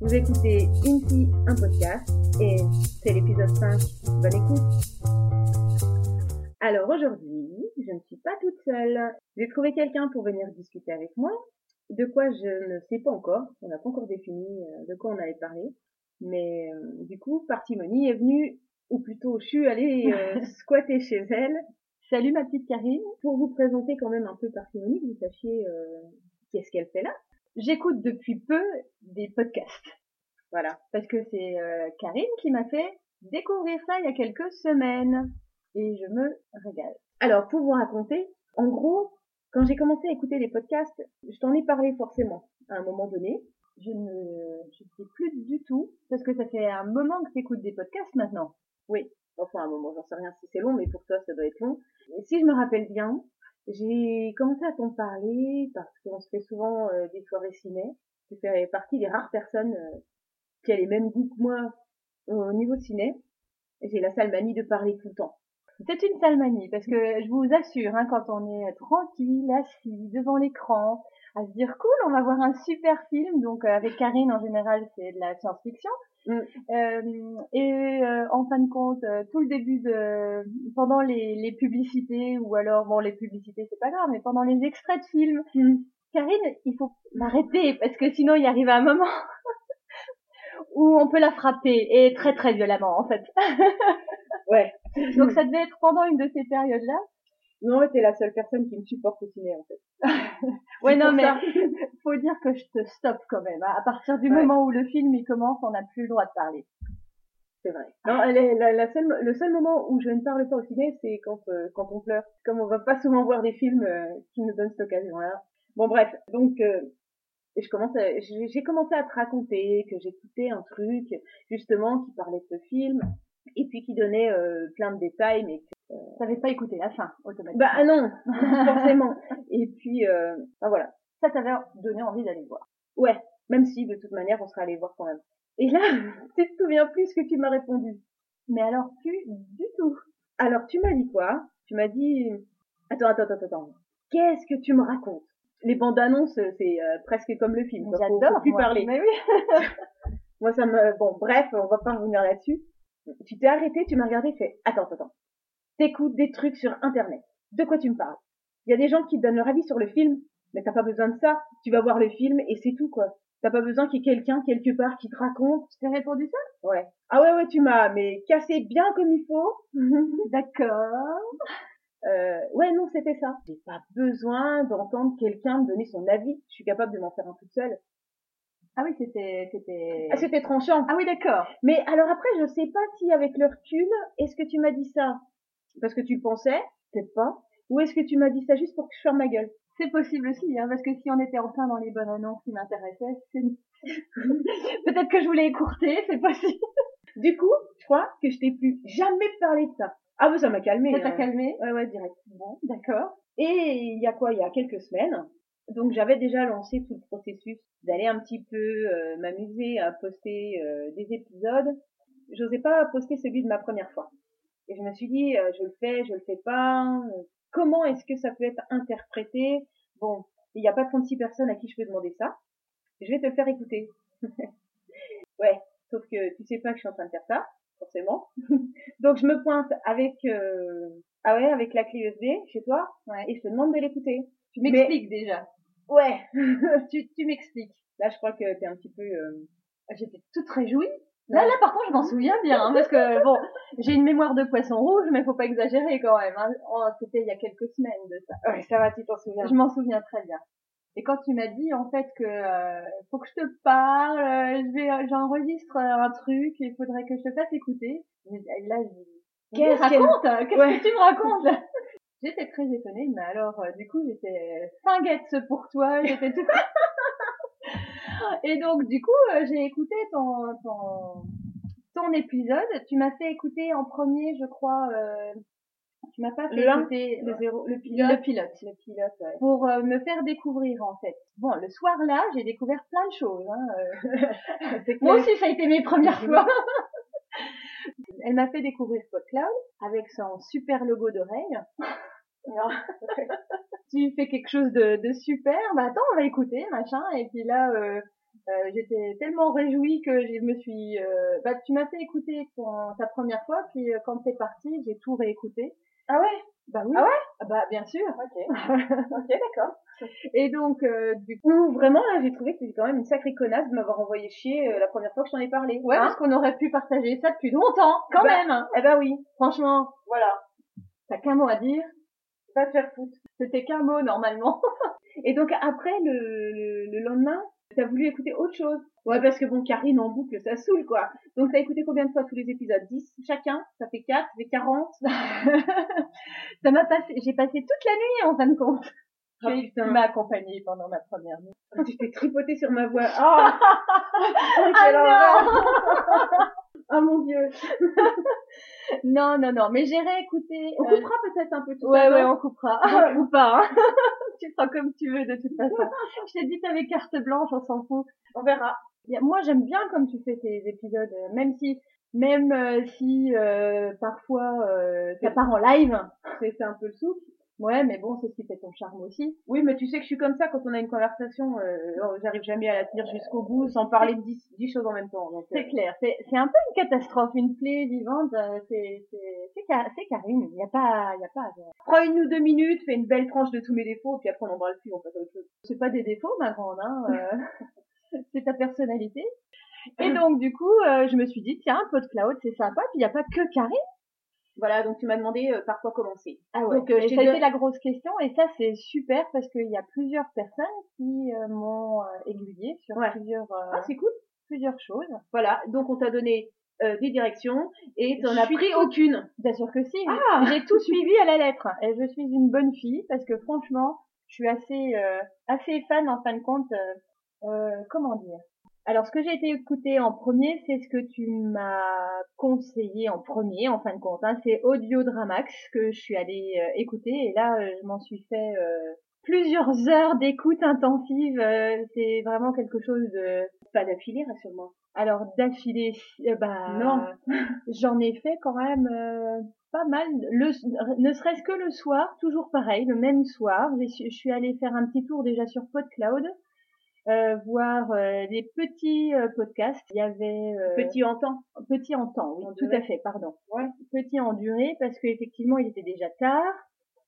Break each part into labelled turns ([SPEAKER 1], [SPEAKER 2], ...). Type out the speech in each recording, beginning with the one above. [SPEAKER 1] Vous écoutez Une fille, un podcast, et c'est l'épisode 5. Bonne écoute. Alors aujourd'hui, je ne suis pas toute seule. J'ai trouvé quelqu'un pour venir discuter avec moi. De quoi je ne sais pas encore. On n'a pas encore défini euh, de quoi on allait parler. Mais euh, du coup, Partimony est venue, ou plutôt, je suis allée euh, squatter chez elle. Salut ma petite Karine. Pour vous présenter quand même un peu Partimony, que vous sachiez euh, qu'est-ce qu'elle fait là.
[SPEAKER 2] J'écoute depuis peu des podcasts.
[SPEAKER 1] Voilà.
[SPEAKER 2] Parce que c'est euh, Karine qui m'a fait découvrir ça il y a quelques semaines. Et je me régale.
[SPEAKER 1] Alors, pour vous raconter, en gros, quand j'ai commencé à écouter les podcasts, je t'en ai parlé forcément à un moment donné.
[SPEAKER 2] Je ne je ne sais plus du tout, parce que ça fait un moment que t'écoutes des podcasts maintenant.
[SPEAKER 1] Oui, enfin un moment, j'en sais rien si c'est long, mais pour toi ça doit être long. Et si je me rappelle bien, j'ai commencé à t'en parler parce qu'on se fait souvent euh, des soirées ciné. Tu fais partie des rares personnes euh, qui a les mêmes goûts que moi au niveau ciné. J'ai la salmanie de parler tout le temps.
[SPEAKER 2] C'est une salmanie, parce que je vous assure, hein, quand on est tranquille, assis, devant l'écran, à se dire cool, on va voir un super film, donc euh, avec Karine en général c'est de la science-fiction,
[SPEAKER 1] Mm.
[SPEAKER 2] Euh, et euh, en fin de compte, euh, tout le début de, pendant les, les publicités ou alors bon les publicités c'est pas grave, mais pendant les extraits de films,
[SPEAKER 1] Mm.
[SPEAKER 2] Karine, il faut l'arrêter parce que sinon il arrive un moment où on peut la frapper et très très violemment en fait.
[SPEAKER 1] Ouais.
[SPEAKER 2] Donc ça devait être pendant une de ces périodes là.
[SPEAKER 1] Non, t'es la seule personne qui me supporte au ciné en fait.
[SPEAKER 2] Ouais
[SPEAKER 1] C'est
[SPEAKER 2] non
[SPEAKER 1] pour
[SPEAKER 2] mais
[SPEAKER 1] ça.
[SPEAKER 2] faut dire que je te stoppe quand même. hein. À partir du
[SPEAKER 1] Ouais.
[SPEAKER 2] moment où le film il commence, on n'a plus le droit de parler.
[SPEAKER 1] C'est vrai. Non, elle est- la, la seule, le seul moment où je ne parle pas au ciné, c'est quand, euh, quand on pleure. Comme on va pas souvent voir des films euh, qui nous donnent cette occasion-là. Bon, bref. Donc, euh, je commence à- j'ai j'ai commencé à te raconter que j'écoutais un truc, justement, qui parlait de ce film, et puis qui donnait euh, plein de détails, mais
[SPEAKER 2] T'avais pas écouté la fin automatiquement.
[SPEAKER 1] Bah ah non, forcément. Et puis, euh, enfin, voilà.
[SPEAKER 2] Ça t'avait donné envie d'aller le voir.
[SPEAKER 1] Ouais, même si de toute manière, on sera allé voir quand même. Et là, tu te souviens plus que tu m'as répondu.
[SPEAKER 2] Mais alors plus du tout.
[SPEAKER 1] Alors, tu m'as dit quoi Tu m'as dit... Attends, attends, attends, attends. Qu'est-ce que tu me racontes Les bandes annonces, c'est euh, presque comme le film. quoi. Faut- faut
[SPEAKER 2] J'adore
[SPEAKER 1] plus
[SPEAKER 2] moi.
[SPEAKER 1] parler.
[SPEAKER 2] Mais oui.
[SPEAKER 1] Moi, ça me... Bon, bref, on va pas revenir là-dessus. Tu t'es arrêté, tu m'as regardé, fait... Attends, attends, attends. T'écoutes des trucs sur Internet. De quoi tu me parles Il y a des gens qui te donnent leur avis sur le film, mais t'as pas besoin de ça. Tu vas voir le film et c'est tout, quoi. T'as pas besoin qu'il y ait quelqu'un, quelque part, qui te raconte.
[SPEAKER 2] Je t'ai répondu ça.
[SPEAKER 1] Ouais. Ah ouais, ouais, tu m'as... Mais cassé bien comme il faut.
[SPEAKER 2] D'accord.
[SPEAKER 1] Euh, ouais, non, c'était ça. J'ai pas besoin d'entendre quelqu'un me donner son avis. Je suis capable de m'en faire un toute seule.
[SPEAKER 2] Ah oui, c'était, c'était.
[SPEAKER 1] Ah, c'était tranchant.
[SPEAKER 2] Ah oui, d'accord.
[SPEAKER 1] Mais alors après, je sais pas si avec le recul, est-ce que tu m'as dit ça parce que tu le pensais, peut-être pas, ou est-ce que tu m'as dit ça juste pour que je ferme ma gueule
[SPEAKER 2] C'est possible aussi, hein, parce que si on était enfin dans les bonnes annonces qui m'intéressaient, c'est... peut-être que je voulais écourter, c'est possible.
[SPEAKER 1] Du coup, je crois que je t'ai plus jamais parlé de ça. Ah bah ça m'a calmé.
[SPEAKER 2] Ça t'a calmé.
[SPEAKER 1] Ouais, ouais, direct.
[SPEAKER 2] Bon, d'accord.
[SPEAKER 1] Et il y a quoi Il y a quelques semaines. Donc j'avais déjà lancé tout le processus d'aller un petit peu euh, m'amuser à poster euh, des épisodes. J'osais pas poster celui de ma première fois. Et je me suis dit, euh, je le fais, je le fais pas. euh, Comment est-ce que ça peut être interprété Bon, il n'y a pas 36 personnes à qui je peux demander ça. Je vais te le faire écouter. ouais, sauf que tu sais pas que je suis en train de faire ça, forcément. Donc je me pointe avec euh, ah ouais avec la clé USB chez toi
[SPEAKER 2] Ouais.
[SPEAKER 1] et je te demande de l'écouter.
[SPEAKER 2] Tu m'expliques déjà.
[SPEAKER 1] Ouais.
[SPEAKER 2] Tu, tu m'expliques.
[SPEAKER 1] Là, je crois que t'es un petit peu. euh,
[SPEAKER 2] J'étais toute réjouie. Là, là, par contre, je m'en souviens bien, hein, parce que bon, j'ai une mémoire de poisson rouge, mais faut pas exagérer quand même. hein. Oh, c'était il y a quelques semaines de ça.
[SPEAKER 1] Ouais, ça va, tu t'en souviens.
[SPEAKER 2] Je m'en souviens très bien. Et quand tu m'as dit en fait que euh, faut que je te parle, euh, je vais, euh, j'enregistre euh, un truc, il faudrait que je te fasse écouter. Et ah, Là, je
[SPEAKER 1] Qu'est-ce
[SPEAKER 2] qu'est-ce
[SPEAKER 1] qu'elle-
[SPEAKER 2] raconte hein Qu'est-ce
[SPEAKER 1] Ouais.
[SPEAKER 2] que tu me racontes là J'étais très étonnée, mais alors euh, du coup j'étais finguette pour toi, j'étais tout. Et donc du coup euh, j'ai écouté ton ton ton épisode. Tu m'as fait écouter en premier, je crois. euh, tu m'as pas fait
[SPEAKER 1] Le un,
[SPEAKER 2] écouter
[SPEAKER 1] Le zéro, le pilote.
[SPEAKER 2] le pilote
[SPEAKER 1] Le pilote, ouais.
[SPEAKER 2] pour euh, me faire découvrir en fait. Bon, le soir là, j'ai découvert plein de choses. hein, euh.
[SPEAKER 1] C'est
[SPEAKER 2] Moi
[SPEAKER 1] clair.
[SPEAKER 2] aussi, ça a été mes premières fois. Elle m'a fait découvrir PodCloud avec son super logo d'oreille. tu fais quelque chose de, de super, bah attends, on va écouter, machin. Et puis là, euh, Euh, j'étais tellement réjouie que je me suis euh, bah tu m'as fait écouter ton, ta première fois puis euh, quand t'es partie j'ai tout réécouté
[SPEAKER 1] Ah ouais
[SPEAKER 2] bah oui
[SPEAKER 1] Ah ouais
[SPEAKER 2] bah bien sûr
[SPEAKER 1] Ok. ok, d'accord.
[SPEAKER 2] et donc euh, du coup
[SPEAKER 1] Ou vraiment, là, j'ai trouvé que c'était quand même une sacrée connasse de m'avoir envoyé chier euh, la première fois que je t'en ai parlé.
[SPEAKER 2] ouais
[SPEAKER 1] Hein
[SPEAKER 2] parce qu'on aurait pu partager ça depuis longtemps quand
[SPEAKER 1] Bah.
[SPEAKER 2] même
[SPEAKER 1] eh ben oui,
[SPEAKER 2] franchement
[SPEAKER 1] voilà.
[SPEAKER 2] t'as qu'un mot à dire
[SPEAKER 1] Pas de faire foutre.
[SPEAKER 2] c'était qu'un mot normalement
[SPEAKER 1] Et donc après, le, le, le lendemain, t'as voulu écouter autre chose. Ouais, parce que bon, Karine en boucle, ça saoule, quoi. Donc t'as écouté combien de fois tous les épisodes 10 chacun Ça fait 4, ça fait 40
[SPEAKER 2] ça m'a passé j'ai passé toute la nuit en fin de compte
[SPEAKER 1] Ah,
[SPEAKER 2] Tu- tu
[SPEAKER 1] putain.
[SPEAKER 2] m'as accompagnée pendant ma première nuit
[SPEAKER 1] Tu t'es tripoté sur ma voix. Ah Oh, quelle
[SPEAKER 2] Ah
[SPEAKER 1] horreur. Oh mon dieu
[SPEAKER 2] non non non mais j'ai réécouté
[SPEAKER 1] On
[SPEAKER 2] euh,
[SPEAKER 1] coupera peut-être un peu tout
[SPEAKER 2] Ouais,
[SPEAKER 1] ça,
[SPEAKER 2] ouais,
[SPEAKER 1] non
[SPEAKER 2] on coupera.
[SPEAKER 1] Ouais.
[SPEAKER 2] Ou pas, hein. tu feras comme tu veux, de toute façon. Je t'ai dit, t'avais carte blanche, on s'en fout.
[SPEAKER 1] on verra.
[SPEAKER 2] Y a- Moi, j'aime bien comme tu fais tes épisodes, euh, même si, même euh, si, euh, parfois, euh, ça part en live.
[SPEAKER 1] C'est c'est un peu le souffle.
[SPEAKER 2] Ouais, mais bon, c'est ce qui fait ton charme aussi.
[SPEAKER 1] Oui, mais tu sais que je suis comme ça quand on a une conversation, euh, oh, j'arrive jamais à la tenir jusqu'au bout sans parler de dix, dix choses en même temps. Donc, euh,
[SPEAKER 2] C'est clair. C'est, c'est un peu une catastrophe, une plaie vivante. euh, C'est, c'est, c'est, Ka- c'est Karine. Y a pas, y a pas. à-
[SPEAKER 1] prends une ou deux minutes, fais une belle tranche de tous mes défauts, puis après on en parle plus, on passe à autre chose.
[SPEAKER 2] C'est pas des défauts, ma grande, hein. euh, c'est ta personnalité. Et donc, du coup, euh, je me suis dit, tiens, PodCloud, c'est sympa, puis il n'y a pas que Karine.
[SPEAKER 1] Voilà, donc tu m'as demandé euh, par quoi commencer.
[SPEAKER 2] Ah ouais.
[SPEAKER 1] Donc, euh,
[SPEAKER 2] Et
[SPEAKER 1] je
[SPEAKER 2] ça a
[SPEAKER 1] t'ai
[SPEAKER 2] été
[SPEAKER 1] don-
[SPEAKER 2] la grosse question, et ça, c'est super, parce qu'il y a plusieurs personnes qui euh, m'ont euh, aiguillé sur
[SPEAKER 1] Ouais.
[SPEAKER 2] plusieurs, euh,
[SPEAKER 1] Ah, c'est cool.
[SPEAKER 2] plusieurs choses.
[SPEAKER 1] Voilà, donc on t'a donné euh, des directions et t'en
[SPEAKER 2] Je
[SPEAKER 1] as
[SPEAKER 2] suis
[SPEAKER 1] pris aucune.
[SPEAKER 2] Bien sûr que si.
[SPEAKER 1] Ah
[SPEAKER 2] J'ai tout suivi à la lettre. Et je suis une bonne fille parce que franchement, je suis assez euh, assez fan en fin de compte. euh, euh, comment dire Alors, ce que j'ai été écouter en premier, c'est ce que tu m'as conseillé en premier, en fin de compte. Hein, c'est Audio Dramax que je suis allée euh, écouter. Et là, euh, je m'en suis fait euh, plusieurs heures d'écoute intensive. euh, c'est vraiment quelque chose de
[SPEAKER 1] Pas d'affilée, rassure-moi.
[SPEAKER 2] alors d'affilée, euh, bah
[SPEAKER 1] Non.
[SPEAKER 2] j'en ai fait quand même euh, pas mal. Le, ne serait-ce que le soir, toujours pareil, le même soir. J'ai su- Je suis allée faire un petit tour déjà sur PodCloud, euh, voir euh, des petits euh, podcasts. Il y avait euh,
[SPEAKER 1] Petit en temps.
[SPEAKER 2] petit en temps, oui,
[SPEAKER 1] En
[SPEAKER 2] tout
[SPEAKER 1] durée.
[SPEAKER 2] à fait, pardon.
[SPEAKER 1] Ouais.
[SPEAKER 2] Petit en durée, parce qu'effectivement, il était déjà tard,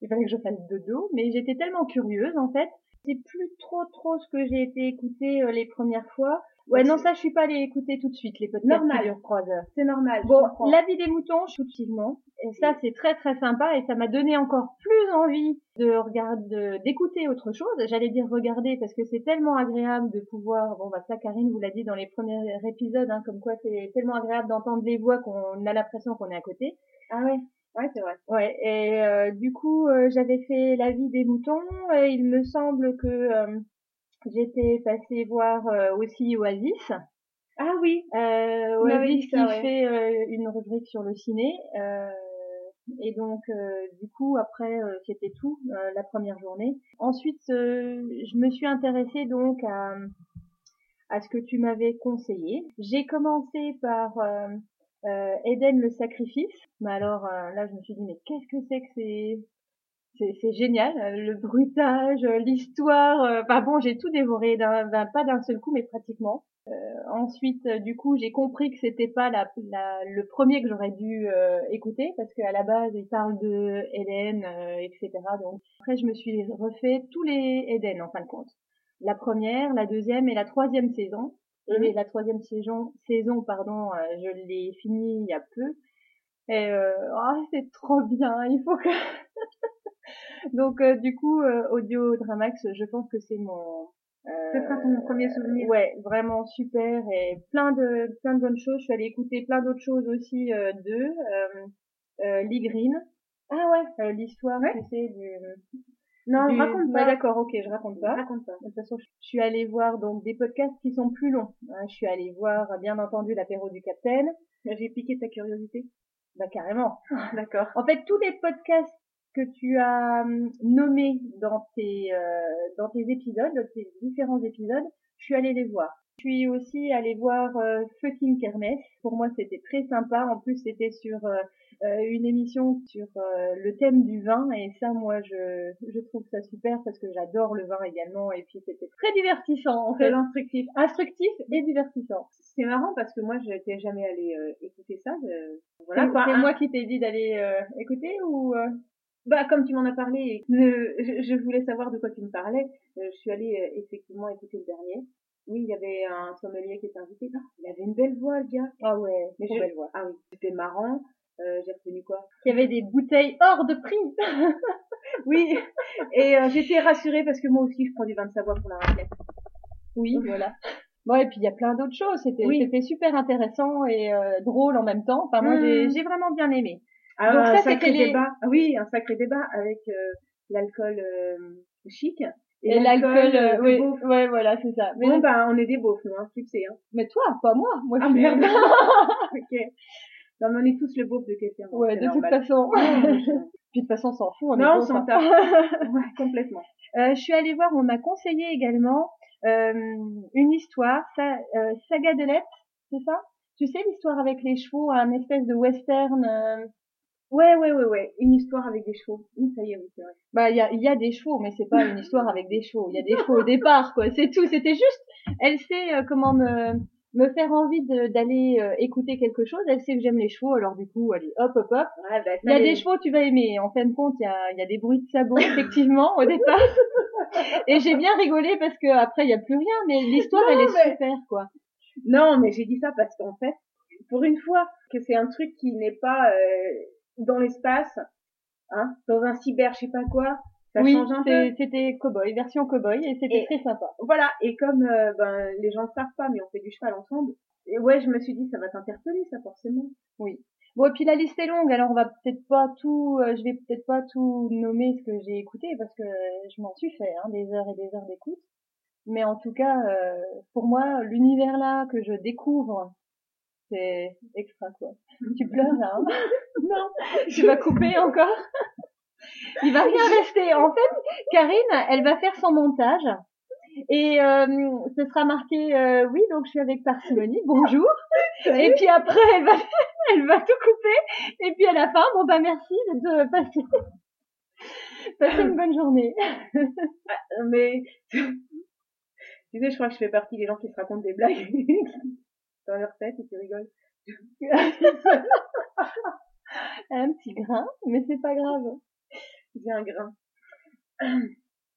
[SPEAKER 2] il fallait que je fasse dodo, mais j'étais tellement curieuse, en fait. C'est plus trop, trop ce que j'ai été écouter euh, les premières fois. Ouais,
[SPEAKER 1] Ouais,
[SPEAKER 2] non,
[SPEAKER 1] c'est-
[SPEAKER 2] ça, je suis pas allée écouter tout de suite, les podcasts
[SPEAKER 1] Normal.
[SPEAKER 2] qui durent trois heures.
[SPEAKER 1] C'est normal.
[SPEAKER 2] Bon,
[SPEAKER 1] je comprends.
[SPEAKER 2] la vie des moutons, je suis effectivement. Et ça, c'est très très sympa et ça m'a donné encore plus envie de regarder, d'écouter autre chose. J'allais dire regarder parce que c'est tellement agréable de pouvoir. Bon, bah ça, Karine vous l'a dit dans les premiers épisodes, hein, comme quoi c'est tellement agréable d'entendre les voix qu'on a l'impression qu'on est à côté.
[SPEAKER 1] Ah ouais, ouais, c'est vrai.
[SPEAKER 2] Ouais. Et euh, du coup, euh, j'avais fait la vie des moutons et il me semble que euh, j'étais passée voir euh, aussi Oasis.
[SPEAKER 1] Ah oui,
[SPEAKER 2] Euh,
[SPEAKER 1] Tu m'avais
[SPEAKER 2] Oasis
[SPEAKER 1] dit ça,
[SPEAKER 2] qui
[SPEAKER 1] ouais.
[SPEAKER 2] fait euh, une rubrique sur le ciné. euh, et donc, euh, du coup, après, euh, c'était tout euh, la première journée. Ensuite, euh, je me suis intéressée donc à, à ce que tu m'avais conseillé. J'ai commencé par euh, euh, Eden le sacrifice. Mais alors euh, là, je me suis dit, mais qu'est-ce que c'est que c'est c'est, c'est génial, euh, le bruitage, euh, l'histoire. euh, Enfin bon, j'ai tout dévoré d'un, d'un- pas d'un seul coup, mais pratiquement. Euh, ensuite, euh, du coup, j'ai compris que c'était pas la, la- le premier que j'aurais dû euh, écouter parce qu'à la base, il parle de Hélène, euh, etc. Donc après, je me suis refait tous les Eden en fin de compte. La première, la deuxième et la troisième saison.
[SPEAKER 1] Mhm.
[SPEAKER 2] Et la troisième saison, saison, pardon, euh, je l'ai finie il y a peu. Et euh, oh, c'est trop bien. Il faut que donc euh, du coup, euh, Audio Dramax, je pense que c'est mon euh,
[SPEAKER 1] ce sera ton premier souvenir.
[SPEAKER 2] Ouais, vraiment super et plein de plein de bonnes choses. Je suis allée écouter plein d'autres choses aussi euh, d'eux. Euh, euh, Lee Green,
[SPEAKER 1] Ah ouais.
[SPEAKER 2] euh, l'histoire,
[SPEAKER 1] Ouais.
[SPEAKER 2] tu sais, du...
[SPEAKER 1] Non,
[SPEAKER 2] du-
[SPEAKER 1] raconte
[SPEAKER 2] Ouais,
[SPEAKER 1] pas.
[SPEAKER 2] d'accord, ok, je raconte pas.
[SPEAKER 1] Raconte pas.
[SPEAKER 2] De toute façon, je je suis allée voir donc des podcasts qui sont plus longs. hein. Je suis allée voir, bien entendu, l'apéro du Capitaine.
[SPEAKER 1] J'ai piqué ta curiosité.
[SPEAKER 2] Bah carrément.
[SPEAKER 1] D'accord.
[SPEAKER 2] En fait, tous les podcasts que tu as hum, nommés dans tes euh, dans tes épisodes, dans tes différents épisodes, je suis allée les voir. Je suis aussi allée voir euh, Fucking Kermesse. Pour moi, c'était très sympa. En plus, c'était sur euh,
[SPEAKER 1] euh, une émission sur euh, le thème du vin et ça moi je, je trouve ça super parce que j'adore le vin également et puis c'était très divertissant en fait instructif instructif et divertissant c'est marrant parce que moi j'étais jamais allée euh, écouter ça je- voilà
[SPEAKER 2] C'est-
[SPEAKER 1] quoi, hein.
[SPEAKER 2] c'est
[SPEAKER 1] un-
[SPEAKER 2] moi qui t'ai dit d'aller euh, écouter ou euh,
[SPEAKER 1] bah comme tu m'en as parlé et que ne- je, je voulais savoir de quoi tu me parlais euh, je suis allée euh, effectivement écouter le dernier oui il y avait un sommelier qui était invité Ah, il avait une belle voix le gars
[SPEAKER 2] Ah ouais,
[SPEAKER 1] Mais
[SPEAKER 2] trop
[SPEAKER 1] je-
[SPEAKER 2] belle voix.
[SPEAKER 1] ah oui c'était marrant Euh, j'ai retenu quoi
[SPEAKER 2] Il y avait des bouteilles hors de prix.
[SPEAKER 1] Oui, et euh, j'étais rassurée parce que moi aussi je prends du vin de Savoie pour la raclette.
[SPEAKER 2] Oui, voilà. Bon, et puis il y a plein d'autres choses. C'était
[SPEAKER 1] Oui.
[SPEAKER 2] c'était super intéressant et euh, drôle en même temps. Enfin, moi,
[SPEAKER 1] Mm.
[SPEAKER 2] j'ai j'ai vraiment bien aimé.
[SPEAKER 1] Ah,
[SPEAKER 2] Donc ça,
[SPEAKER 1] un
[SPEAKER 2] c'était
[SPEAKER 1] sacré
[SPEAKER 2] les-
[SPEAKER 1] débat. Ah oui, un sacré débat avec euh, l'alcool euh, chic et,
[SPEAKER 2] Et l'alcool,
[SPEAKER 1] euh,
[SPEAKER 2] euh,
[SPEAKER 1] de
[SPEAKER 2] oui,
[SPEAKER 1] beauf.
[SPEAKER 2] ouais, voilà, c'est ça. Mais,
[SPEAKER 1] Bon bah on est des beaufs nous, hein, tu le sais. Hein.
[SPEAKER 2] mais toi, pas moi. Moi,
[SPEAKER 1] Ah
[SPEAKER 2] je suis-
[SPEAKER 1] merde. ok. Non mais on est tous le beauf de quelqu'un. donc
[SPEAKER 2] Ouais,
[SPEAKER 1] c'est
[SPEAKER 2] de toute
[SPEAKER 1] normal.
[SPEAKER 2] façon.
[SPEAKER 1] Non,
[SPEAKER 2] Puis de toute façon, on s'en fout. On est
[SPEAKER 1] non,
[SPEAKER 2] hein.
[SPEAKER 1] on
[SPEAKER 2] beau,
[SPEAKER 1] s'en
[SPEAKER 2] quoi.
[SPEAKER 1] tape. Ouais, complètement.
[SPEAKER 2] Euh, je suis allée voir, on m'a conseillé également euh, une histoire, sa- euh, Saga de Lep, c'est ça Tu sais l'histoire avec les chevaux, un espèce de western. euh,
[SPEAKER 1] Ouais, ouais, ouais, ouais. Une histoire avec des chevaux. Oui, ça y est, oui, c'est vrai.
[SPEAKER 2] Bah il y a, il y a des chevaux, mais c'est pas une histoire avec des chevaux. Il y a des chevaux au départ, quoi. C'est tout. C'était juste, elle sait euh, comment me me faire envie de- d'aller euh, écouter quelque chose. Elle sait que j'aime les chevaux, alors du coup, allez, hop, hop, hop.
[SPEAKER 1] Ouais, bah, ça,
[SPEAKER 2] Il y a
[SPEAKER 1] les-
[SPEAKER 2] des chevaux, tu vas aimer. En fin de compte, il y a, il y a des bruits de sabots, effectivement, au départ. Et j'ai bien rigolé parce que après, il y a plus rien, mais l'histoire, elle est
[SPEAKER 1] mais-
[SPEAKER 2] super, quoi.
[SPEAKER 1] Non, mais j'ai dit ça parce qu'en fait, pour une fois que c'est un truc qui n'est pas euh, dans l'espace, hein, dans un cyber, je sais pas quoi, ça
[SPEAKER 2] oui,
[SPEAKER 1] change un peu.
[SPEAKER 2] c'est- c'était cowboy, version cowboy, et c'était
[SPEAKER 1] Et-
[SPEAKER 2] très sympa.
[SPEAKER 1] Voilà. Et comme euh, ben les gens le savent pas, mais on fait du cheval ensemble. Et ouais, je me suis dit ça va t'interpeller, ça forcément.
[SPEAKER 2] Bon, et puis la liste est longue, alors on va peut-être pas tout, euh, je vais peut-être pas tout nommer ce que j'ai écouté parce que euh, je m'en suis fait, hein, des heures et des heures d'écoute. Mais en tout cas, euh, pour moi, l'univers là que je découvre, c'est extra quoi. Tu pleures là hein
[SPEAKER 1] Non.
[SPEAKER 2] Tu vas couper encore Il va rien rester. En fait, Karine, elle va faire son montage. Et euh, ce sera marqué, euh, oui, donc je suis avec parcimonie, bonjour.
[SPEAKER 1] Salut.
[SPEAKER 2] Et puis après, elle va, elle va tout couper. Et puis à la fin, bon bah merci de passer, passer une bonne journée.
[SPEAKER 1] Mais tu sais, je crois que je fais partie des gens qui se racontent des blagues dans leur tête et qui rigolent.
[SPEAKER 2] Un petit grain, mais c'est pas grave.
[SPEAKER 1] J'ai un grain.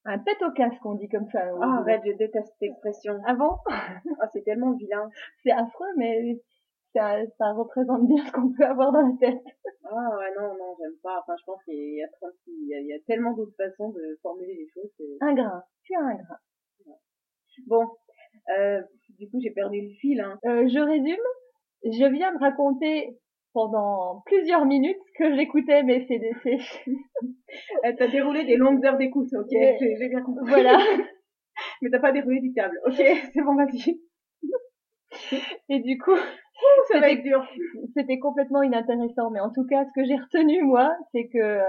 [SPEAKER 2] Un pet au casque, on dit comme ça. au
[SPEAKER 1] Oh,
[SPEAKER 2] boulot.
[SPEAKER 1] arrête, je déteste cette expression.
[SPEAKER 2] Avant,
[SPEAKER 1] Ah, c'est tellement vilain.
[SPEAKER 2] c'est affreux, mais ça, ça représente bien ce qu'on peut avoir dans la tête.
[SPEAKER 1] Ah ouais, non, non, j'aime pas. Enfin, je pense qu'il y a, 36 il y a, il y a tellement d'autres façons de formuler les choses. que-
[SPEAKER 2] Un grain, tu as un grain.
[SPEAKER 1] Bon, euh, du coup, j'ai perdu le fil. Hein.
[SPEAKER 2] Euh, je résume. Je viens de raconter pendant plusieurs minutes ce que j'écoutais, mais c'est c'est-
[SPEAKER 1] Euh, t'as déroulé des longues heures d'écoute, ok
[SPEAKER 2] Ouais.
[SPEAKER 1] J'ai j'ai bien compris.
[SPEAKER 2] voilà.
[SPEAKER 1] Mais t'as pas déroulé du câble, ok C'est bon, vas-y.
[SPEAKER 2] Et du coup,
[SPEAKER 1] Ça va être dur.
[SPEAKER 2] c'était complètement inintéressant. Mais en tout cas, ce que j'ai retenu moi, c'est que euh,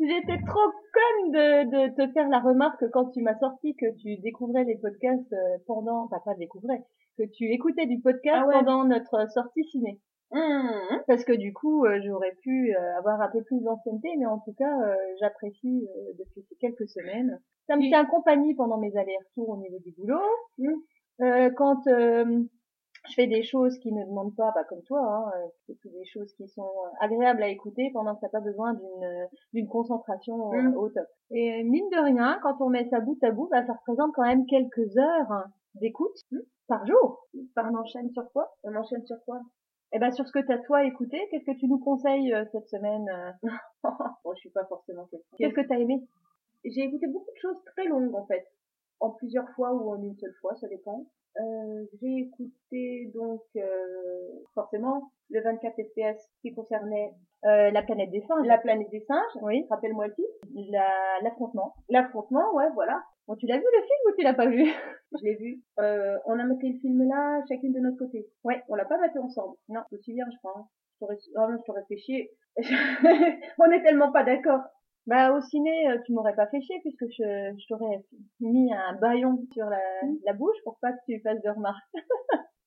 [SPEAKER 2] j'étais trop conne de, de te faire la remarque quand tu m'as sorti que tu découvrais les podcasts euh, pendant, enfin pas découvrais, que tu écoutais du podcast
[SPEAKER 1] Ah ouais.
[SPEAKER 2] pendant notre sortie ciné.
[SPEAKER 1] Mmh.
[SPEAKER 2] parce que du coup euh, j'aurais pu euh, avoir un peu plus d'ancienneté mais en tout cas euh, j'apprécie euh, depuis ces quelques semaines ça me
[SPEAKER 1] Oui.
[SPEAKER 2] tient compagnie pendant mes allers-retours au niveau du boulot
[SPEAKER 1] Mm.
[SPEAKER 2] Euh, quand euh, je fais des choses qui ne demandent pas bah, comme toi hein, euh, c'est tout des choses qui sont euh, agréables à écouter pendant que t'as pas besoin d'une euh, d'une concentration euh,
[SPEAKER 1] Mm.
[SPEAKER 2] au top et euh, mine de rien quand on met ça bout à bout bah, ça représente quand même quelques heures hein, d'écoute par jour par enchaîne sur quoi
[SPEAKER 1] On Mmh. enchaîne sur quoi
[SPEAKER 2] eh ben sur ce que t'as toi écouté, qu'est-ce que tu nous conseilles euh, cette semaine euh,
[SPEAKER 1] Bon, je suis pas forcément quelqu'un.
[SPEAKER 2] Qu'est-ce que t'as aimé
[SPEAKER 1] J'ai écouté beaucoup de choses très longues en fait, en plusieurs fois ou en une seule fois, ça dépend. Euh, j'ai écouté donc euh, forcément le 24 FPS qui concernait
[SPEAKER 2] euh, La planète des singes.
[SPEAKER 1] la planète des singes.
[SPEAKER 2] Oui.
[SPEAKER 1] Rappelle-moi le titre.
[SPEAKER 2] La- L'affrontement.
[SPEAKER 1] L'affrontement, ouais, voilà.
[SPEAKER 2] bon, tu l'as vu le film ou tu l'as pas vu
[SPEAKER 1] Je l'ai vu. Euh, on a maté le film là, chacune de notre côté. Ouais, on l'a pas maté ensemble. Non, je me souviens, je crois. hein. Je t'aurais, ah non, je t'aurais fait chier. on est tellement pas d'accord.
[SPEAKER 2] Bah au ciné, euh, tu m'aurais pas fait chier puisque je, je t'aurais mis un baillon sur la, la bouche pour pas que tu fasses de remarques.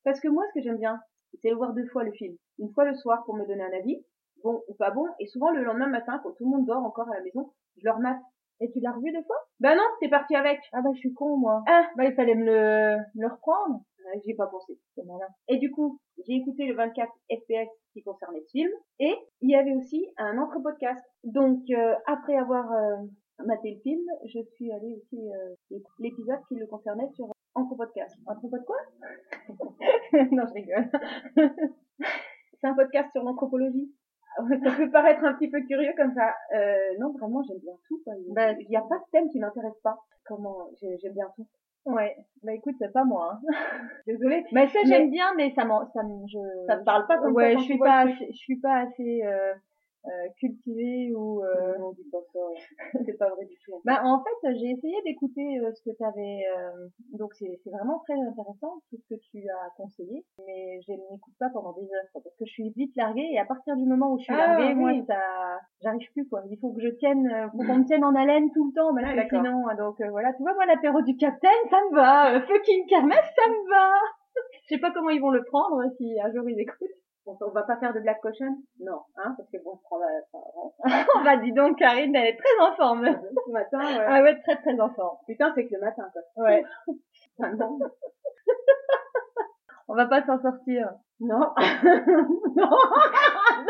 [SPEAKER 1] Parce que moi, ce que j'aime bien, c'est le voir deux fois le film. Une fois le soir pour me donner un avis, bon ou pas bon. Et souvent, le lendemain matin, quand tout le monde dort encore à la maison, je leur mate.
[SPEAKER 2] Et tu l'as revu deux fois
[SPEAKER 1] Bah non, t'es parti avec.
[SPEAKER 2] Ah bah je suis con moi.
[SPEAKER 1] Ah.
[SPEAKER 2] Bah il fallait me le, me le reprendre.
[SPEAKER 1] Euh, J'y ai pas pensé.
[SPEAKER 2] C'est malin.
[SPEAKER 1] Et du coup, j'ai écouté le 24 FPS qui concernait ce film. Et il y avait aussi un autre podcast. Donc, euh, après avoir euh, maté le film, je suis allée aussi euh, écouter l'épisode qui le concernait sur Entre Podcast. Entre Podcast
[SPEAKER 2] non je rigole.
[SPEAKER 1] c'est un podcast sur l'anthropologie. Ça peut paraître un petit peu curieux comme ça. Euh, non, vraiment, j'aime bien tout. quoi. Il
[SPEAKER 2] Bah,
[SPEAKER 1] n'y a pas de thème qui m'intéresse pas. Comment j'ai- J'aime bien tout.
[SPEAKER 2] Ouais. Bah écoute c'est pas moi. hein.
[SPEAKER 1] Désolée,
[SPEAKER 2] Bah ça
[SPEAKER 1] Mais-
[SPEAKER 2] j'aime bien mais ça m'en ça me je.
[SPEAKER 1] ça ne parle pas comme ça.
[SPEAKER 2] ouais
[SPEAKER 1] quand
[SPEAKER 2] je
[SPEAKER 1] tu
[SPEAKER 2] suis
[SPEAKER 1] vois
[SPEAKER 2] pas
[SPEAKER 1] le truc.
[SPEAKER 2] assez, je suis pas assez euh, euh, cultivée ou. euh,
[SPEAKER 1] Non, dis pas ça. C'est pas vrai du tout.
[SPEAKER 2] Bah en fait j'ai essayé d'écouter euh, ce que t'avais euh, donc c'est c'est vraiment très intéressant tout ce que tu as conseillé mais je n'écoute pas pendant des heures quoi, parce que je suis vite larguée et à partir du moment où je suis
[SPEAKER 1] Ah,
[SPEAKER 2] larguée moi
[SPEAKER 1] oui.
[SPEAKER 2] ça j'arrive plus quoi il faut que je tienne euh, faut qu'on me tienne en haleine tout le temps parce
[SPEAKER 1] Ah,
[SPEAKER 2] que
[SPEAKER 1] d'accord.
[SPEAKER 2] sinon euh, donc euh, voilà tu vois moi l'apéro du capitaine ça me va euh, fucking kermesse ça me va je sais pas comment ils vont le prendre euh, si un jour ils écoutent
[SPEAKER 1] Bon, on va pas faire de black cochon Non, hein, parce que bon, on prend la... enfin,
[SPEAKER 2] on va Bah, dis donc Karine elle est très en forme
[SPEAKER 1] Ce matin, ouais.
[SPEAKER 2] ah ouais très très en forme
[SPEAKER 1] Putain, c'est que le matin, quoi.
[SPEAKER 2] ouais
[SPEAKER 1] Enfin, non.
[SPEAKER 2] on va pas s'en sortir
[SPEAKER 1] Non. non. Ah,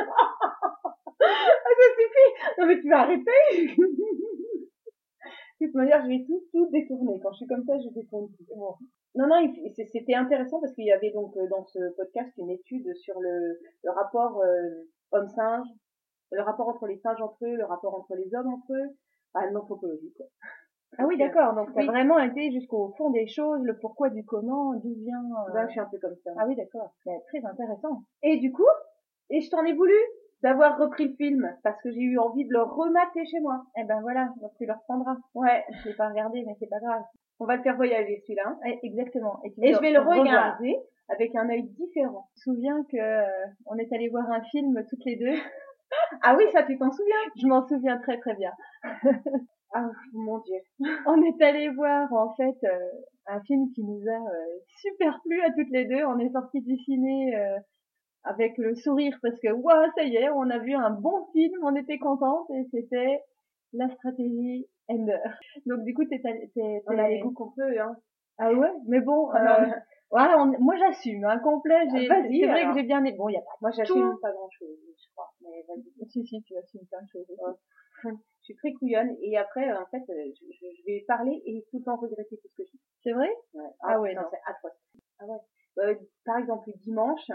[SPEAKER 2] non mais tu vas arrêter
[SPEAKER 1] De toute manière, je vais tout, tout détourner. Quand je suis comme ça, je détourne tout. Bon. Non, non, il- c'est- c'était intéressant parce qu'il y avait donc euh, dans ce podcast une étude sur le, le rapport euh, homme-singe, le rapport entre les singes entre eux, le rapport entre les hommes entre eux, à l'anthropologie, quoi.
[SPEAKER 2] Ah oui,
[SPEAKER 1] Ok.
[SPEAKER 2] d'accord. Donc, t'as
[SPEAKER 1] Oui.
[SPEAKER 2] vraiment été jusqu'au fond des choses, le pourquoi du comment, d'où vient. euh,
[SPEAKER 1] Là, je suis un peu comme ça.
[SPEAKER 2] Ah oui, d'accord. C'est très intéressant.
[SPEAKER 1] Et du coup, et je t'en ai voulu d'avoir repris le film parce que j'ai eu envie de le remater chez moi.
[SPEAKER 2] Eh ben voilà, donc tu le reprendras.
[SPEAKER 1] Ouais,
[SPEAKER 2] Je l'ai pas regardé, mais c'est pas grave.
[SPEAKER 1] on va le faire voyager celui-là. hein.
[SPEAKER 2] Ouais, exactement. tu
[SPEAKER 1] Et je vais le
[SPEAKER 2] revoir.
[SPEAKER 1] regarder avec un œil différent.
[SPEAKER 2] Je me souviens que euh, on est allé voir un film toutes les deux.
[SPEAKER 1] Ah oui, ça tu t'en souviens
[SPEAKER 2] Je m'en souviens très très bien.
[SPEAKER 1] Ah mon dieu.
[SPEAKER 2] On est allé voir en fait euh, un film qui nous a euh, super plu à toutes les deux. On est sortis du ciné euh, avec le sourire parce que waouh ça y est, on a vu un bon film, on était contentes et c'était la stratégie Ender. Donc du coup t'es allé- t'es-
[SPEAKER 1] On
[SPEAKER 2] t'es-
[SPEAKER 1] a les goûts qu'on peut, hein.
[SPEAKER 2] ah ouais, mais bon,
[SPEAKER 1] Ah
[SPEAKER 2] euh,
[SPEAKER 1] non.
[SPEAKER 2] voilà, on- moi j'assume, un complet. J'ai,
[SPEAKER 1] Ah, vas-y,
[SPEAKER 2] c'est vrai
[SPEAKER 1] alors.
[SPEAKER 2] que j'ai bien aimé. Bon, il y a pas.
[SPEAKER 1] Moi,
[SPEAKER 2] Tout.
[SPEAKER 1] j'assume pas grand chose, je crois. Mais vas-y.
[SPEAKER 2] Si si, tu assumes plein de choses.
[SPEAKER 1] Je suis très couillonne. Et après, euh, en fait, euh, je, je- je vais parler et tout le temps regretter tout ce que je dis.
[SPEAKER 2] C'est vrai
[SPEAKER 1] Ouais.
[SPEAKER 2] Ah ouais,
[SPEAKER 1] putain,
[SPEAKER 2] non.
[SPEAKER 1] c'est atroce. Ah ouais. Euh, par exemple, le dimanche,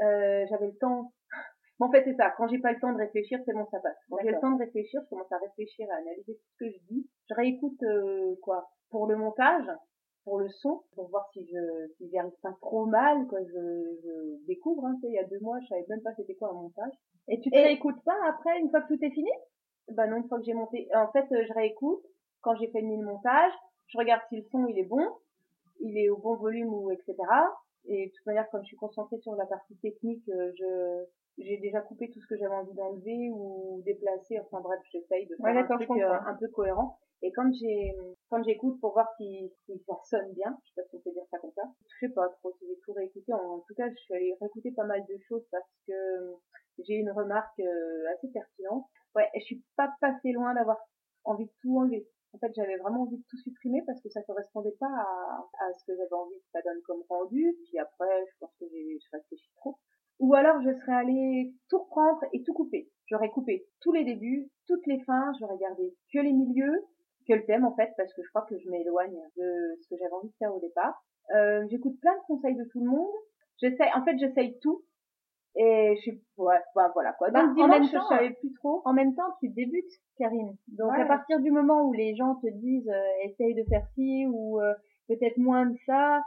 [SPEAKER 1] euh, j'avais le temps. Bon, en fait, c'est ça. Quand j'ai pas le temps de réfléchir, c'est bon, ça passe. Quand j'ai le
[SPEAKER 2] D'accord.
[SPEAKER 1] temps de réfléchir, je commence à réfléchir, à analyser tout ce que je dis. Je réécoute, euh, quoi, pour le montage, pour le son, pour voir si je, si j'y arrive pas trop mal, quoi. Je, je découvre, hein, tu sais, il y a deux mois, je savais même pas c'était quoi un montage.
[SPEAKER 2] Et tu te
[SPEAKER 1] Et-
[SPEAKER 2] réécoutes pas après une fois que tout est fini
[SPEAKER 1] Bah non, une fois que j'ai monté, en fait, euh, je réécoute quand j'ai fait le montage, je regarde si le son il est bon, il est au bon volume ou etc. Et de toute manière, comme je suis concentrée sur la partie technique, euh, je j'ai déjà coupé tout ce que j'avais envie d'enlever ou déplacer. Enfin bref, j'essaye de faire
[SPEAKER 2] Ouais,
[SPEAKER 1] un
[SPEAKER 2] d'accord, je
[SPEAKER 1] truc euh,
[SPEAKER 2] comprends.
[SPEAKER 1] un peu cohérent. Et quand j'ai quand j'écoute pour voir si, si ça sonne bien, je sais pas si on peut dire ça comme ça. Je sais pas trop si j'ai tout réécouté. En, en tout cas, je suis allée réécouter pas mal de choses parce que euh, j'ai une remarque euh, assez pertinente. Ouais, et je suis pas passée loin d'avoir envie de tout enlever. En fait, j'avais vraiment envie de tout supprimer parce que ça correspondait pas à, à ce que j'avais envie que ça donne comme rendu. Puis après, je pense que j'ai je réfléchis trop. Ou alors, je serais allée tout reprendre et tout couper. J'aurais coupé tous les débuts, toutes les fins, j'aurais gardé que les milieux, que le thème en fait, parce que je crois que je m'éloigne de ce que j'avais envie de faire au départ. Euh, J'écoute plein de conseils de tout le monde. J'essaye, en fait, j'essaye tout. Et je suis, ouais, bah, voilà quoi.
[SPEAKER 2] Bah,
[SPEAKER 1] Donc,
[SPEAKER 2] en même
[SPEAKER 1] dimanche,
[SPEAKER 2] temps,
[SPEAKER 1] je savais plus trop.
[SPEAKER 2] en même temps, tu débutes, Karine. Donc
[SPEAKER 1] Ouais.
[SPEAKER 2] à partir du moment où les gens te disent euh, essaye de faire ci ou euh, peut-être moins de ça,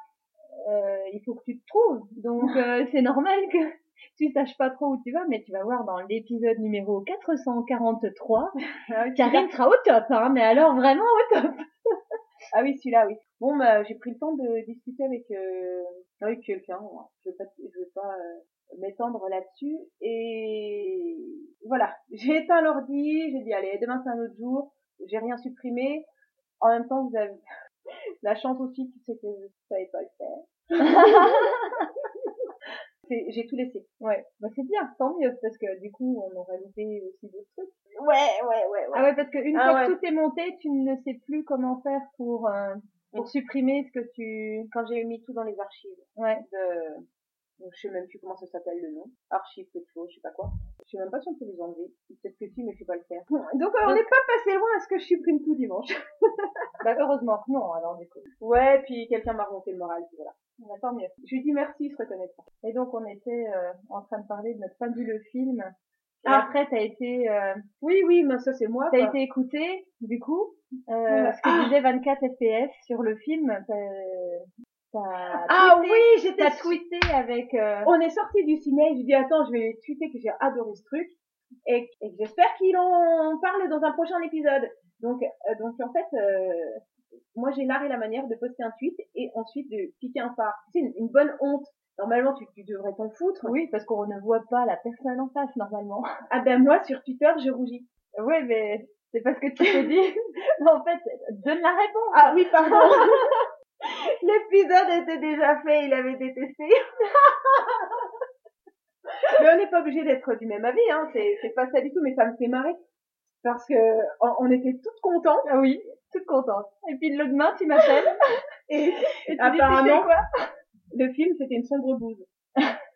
[SPEAKER 2] euh, il faut que tu te trouves. Donc euh, c'est normal que tu saches pas trop où tu vas, mais tu vas voir dans l'épisode numéro 443, Karine sera au top. Hein, mais alors vraiment au top.
[SPEAKER 1] Ah oui, celui-là, oui. Bon, bah, j'ai pris le temps de discuter avec, euh, avec quelqu'un. moi. Je vais pas, je vais pas euh, m'étendre là-dessus. Et voilà, j'ai éteint l'ordi. J'ai dit, allez, demain c'est un autre jour. J'ai rien supprimé. En même temps, vous avez la chance aussi, c'est que je savais pas le faire. C'est- J'ai tout laissé.
[SPEAKER 2] Ouais, bah c'est bien, tant mieux, parce que du coup, on aurait loupé aussi d'autres trucs.
[SPEAKER 1] Ouais, ouais, ouais,
[SPEAKER 2] Ah ouais, parce qu'une
[SPEAKER 1] Ah
[SPEAKER 2] fois que
[SPEAKER 1] ouais.
[SPEAKER 2] tout est monté, tu ne sais plus comment faire pour, euh,
[SPEAKER 1] Mm.
[SPEAKER 2] pour supprimer ce que tu...
[SPEAKER 1] Quand j'ai mis tout dans les archives
[SPEAKER 2] Ouais.
[SPEAKER 1] de, donc, je sais même plus comment ça s'appelle le nom, archives quelque chose, je sais pas quoi. Je sais même pas si on peut les enlever. Peut-être que si, mais je sais pas le faire.
[SPEAKER 2] Donc, euh, on n'est pas passé loin à ce que je supprime tout dimanche. bah, heureusement que non, alors du coup.
[SPEAKER 1] Ouais, puis quelqu'un m'a remonté le moral, puis voilà.
[SPEAKER 2] Bah, tant mieux.
[SPEAKER 1] Je lui dis merci, il se reconnaîtra.
[SPEAKER 2] Et donc, on était euh, en train de parler de notre fabuleux film. Et
[SPEAKER 1] Ah.
[SPEAKER 2] après, t'as été, euh,
[SPEAKER 1] Oui, oui, mais ça c'est moi.
[SPEAKER 2] t'as
[SPEAKER 1] quoi.
[SPEAKER 2] été écouté, du coup, euh,
[SPEAKER 1] Ouais. Ah.
[SPEAKER 2] ce que disait 24 FPS sur le film. T'as- T'as
[SPEAKER 1] Ah
[SPEAKER 2] tweeté-
[SPEAKER 1] oui, Oh. j'étais
[SPEAKER 2] T'as tweeté avec... euh,
[SPEAKER 1] On est sorti du ciné, j'ai dit attends, je vais tweeter que j'ai adoré ce truc et, et que j'espère qu'il en parle dans un prochain épisode. Donc, euh, donc en fait, euh, moi j'ai l'art et la manière de poster un tweet et ensuite de piquer un phare. C'est une, une bonne honte. Normalement, tu, tu devrais t'en foutre.
[SPEAKER 2] Oui, parce qu'on ne voit pas la personne en face, normalement.
[SPEAKER 1] Ah ben moi sur Twitter, je rougis.
[SPEAKER 2] Ouais, mais c'est parce que tu t'es dit, en fait, donne la réponse.
[SPEAKER 1] Ah oui, pardon. L'épisode était déjà fait, il avait détesté. mais on n'est pas obligé d'être du même avis, hein. C'est, c'est pas ça du tout, mais ça me fait marrer. Parce que on, on était toutes contentes
[SPEAKER 2] Ah oui, toute contente. Et puis le lendemain, tu m'appelles.
[SPEAKER 1] et
[SPEAKER 2] Et tu
[SPEAKER 1] Apparemment.
[SPEAKER 2] dis, tu sais quoi
[SPEAKER 1] le film c'était une sombre bouse.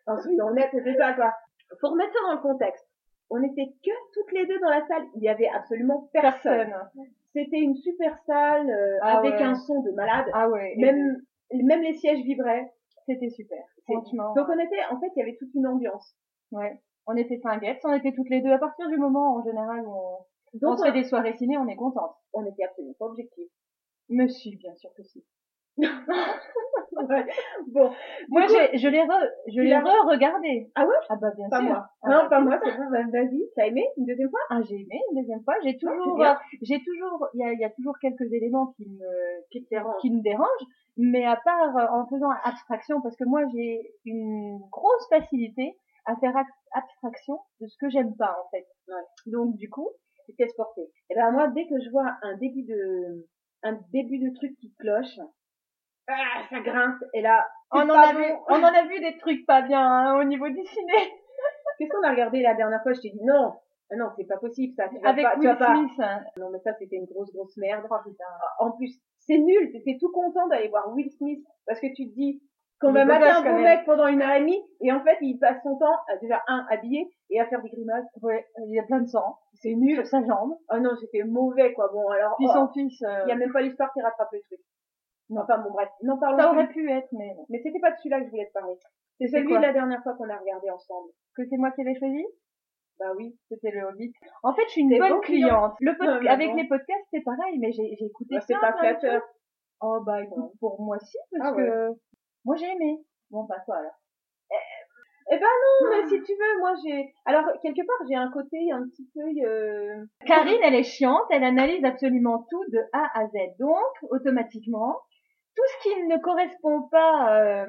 [SPEAKER 1] En soyons honnêtes, c'était ça quoi. Faut remettre ça dans le contexte. On n'était que toutes les deux dans la salle. Il y avait absolument personne. C'était une super salle euh,
[SPEAKER 2] Ah
[SPEAKER 1] avec
[SPEAKER 2] ouais.
[SPEAKER 1] un son de malade.
[SPEAKER 2] Ah ouais.
[SPEAKER 1] Même, même les sièges vibraient.
[SPEAKER 2] c'était super.
[SPEAKER 1] C'est-
[SPEAKER 2] Franchement.
[SPEAKER 1] Donc on était, en fait, il y avait toute une ambiance.
[SPEAKER 2] ouais. On était finguettes, on était toutes les deux. À partir du moment, en général, où on, on
[SPEAKER 1] Donc euh,
[SPEAKER 2] se fait des soirées ciné, on est contente.
[SPEAKER 1] on était absolument pas objectifs.
[SPEAKER 2] Mais si, bien sûr que si.
[SPEAKER 1] Bon,
[SPEAKER 2] Moi,
[SPEAKER 1] coup-
[SPEAKER 2] j'ai- je l'ai re, je l'ai
[SPEAKER 1] l'as-
[SPEAKER 2] re-regardé.
[SPEAKER 1] Ah ouais
[SPEAKER 2] Ah bah bien
[SPEAKER 1] pas
[SPEAKER 2] sûr.
[SPEAKER 1] moi.
[SPEAKER 2] Ah
[SPEAKER 1] non,
[SPEAKER 2] bah,
[SPEAKER 1] pas moi, c'est bon, bah, vas-y, t'as aimé une deuxième fois
[SPEAKER 2] Ah, j'ai aimé une deuxième fois. J'ai
[SPEAKER 1] c'est
[SPEAKER 2] toujours,
[SPEAKER 1] bien.
[SPEAKER 2] euh, j'ai toujours, il y a, il y a toujours quelques éléments qui me,
[SPEAKER 1] Qui te dérange.
[SPEAKER 2] qui me dérangent. Mais à part euh, en faisant abstraction, parce que moi j'ai une grosse facilité à faire ab- abstraction de ce que j'aime pas en fait. Donc du coup,
[SPEAKER 1] Tu te laisses porter. Et ben moi, dès que je vois un début de, un début de truc qui cloche, ah, ça grince, et là,
[SPEAKER 2] on
[SPEAKER 1] c'est
[SPEAKER 2] en
[SPEAKER 1] pas
[SPEAKER 2] a vu,
[SPEAKER 1] bon. Oh,
[SPEAKER 2] on en a vu des trucs pas bien hein, au niveau du ciné
[SPEAKER 1] Qu'est-ce qu'on a regardé la dernière fois Je t'ai dit non, ah non, c'est pas possible ça. Tu vas
[SPEAKER 2] avec
[SPEAKER 1] pas, tu
[SPEAKER 2] Will
[SPEAKER 1] vas pas.
[SPEAKER 2] Smith. hein.
[SPEAKER 1] Non mais ça c'était une grosse grosse merde. Oh, En plus, c'est nul. T'étais tout content d'aller voir Will Smith parce que tu te dis qu'on
[SPEAKER 2] Il
[SPEAKER 1] va
[SPEAKER 2] est
[SPEAKER 1] mater
[SPEAKER 2] bodasse,
[SPEAKER 1] un
[SPEAKER 2] quand
[SPEAKER 1] bon
[SPEAKER 2] même.
[SPEAKER 1] mec pendant une heure et demie et en fait il passe son temps à déjà un habillé et à faire des grimaces.
[SPEAKER 2] Ouais, il y a plein de sang
[SPEAKER 1] C'est nul.
[SPEAKER 2] sur sa jambe.
[SPEAKER 1] Oh non c'était mauvais quoi. Bon alors
[SPEAKER 2] Puis
[SPEAKER 1] oh,
[SPEAKER 2] son fils, euh,
[SPEAKER 1] il y a même pas l'histoire qui rattrape le truc.
[SPEAKER 2] Non.
[SPEAKER 1] Enfin bon bref, n'en
[SPEAKER 2] ça
[SPEAKER 1] parlons
[SPEAKER 2] aurait
[SPEAKER 1] plus.
[SPEAKER 2] pu être, mais
[SPEAKER 1] Mais c'était pas de celui-là que je voulais te parler. C'est
[SPEAKER 2] C'est
[SPEAKER 1] celui
[SPEAKER 2] quoi
[SPEAKER 1] de la dernière fois qu'on a regardé ensemble.
[SPEAKER 2] que c'est moi qui l'ai choisi.
[SPEAKER 1] Bah oui.
[SPEAKER 2] C'était le Hobbit. En fait, je suis une
[SPEAKER 1] T'es
[SPEAKER 2] bonne
[SPEAKER 1] bon client.
[SPEAKER 2] cliente. Le pod-
[SPEAKER 1] Ouais, mais
[SPEAKER 2] avec
[SPEAKER 1] bon.
[SPEAKER 2] les podcasts, c'est pareil, mais j'ai j'ai écouté
[SPEAKER 1] Bah, c'est pas
[SPEAKER 2] plein, plein de trucs.
[SPEAKER 1] flatteur.
[SPEAKER 2] Oh bah écoute, pour moi si, parce
[SPEAKER 1] Ah
[SPEAKER 2] que moi j'ai aimé. Bon, pas toi alors. Ah.
[SPEAKER 1] Non, mais si tu veux, moi j'ai. Alors quelque part j'ai un côté un petit peu. euh,
[SPEAKER 2] Karine, elle est chiante, elle analyse absolument tout de A à Z. Donc, automatiquement, tout ce qui ne correspond pas... Euh,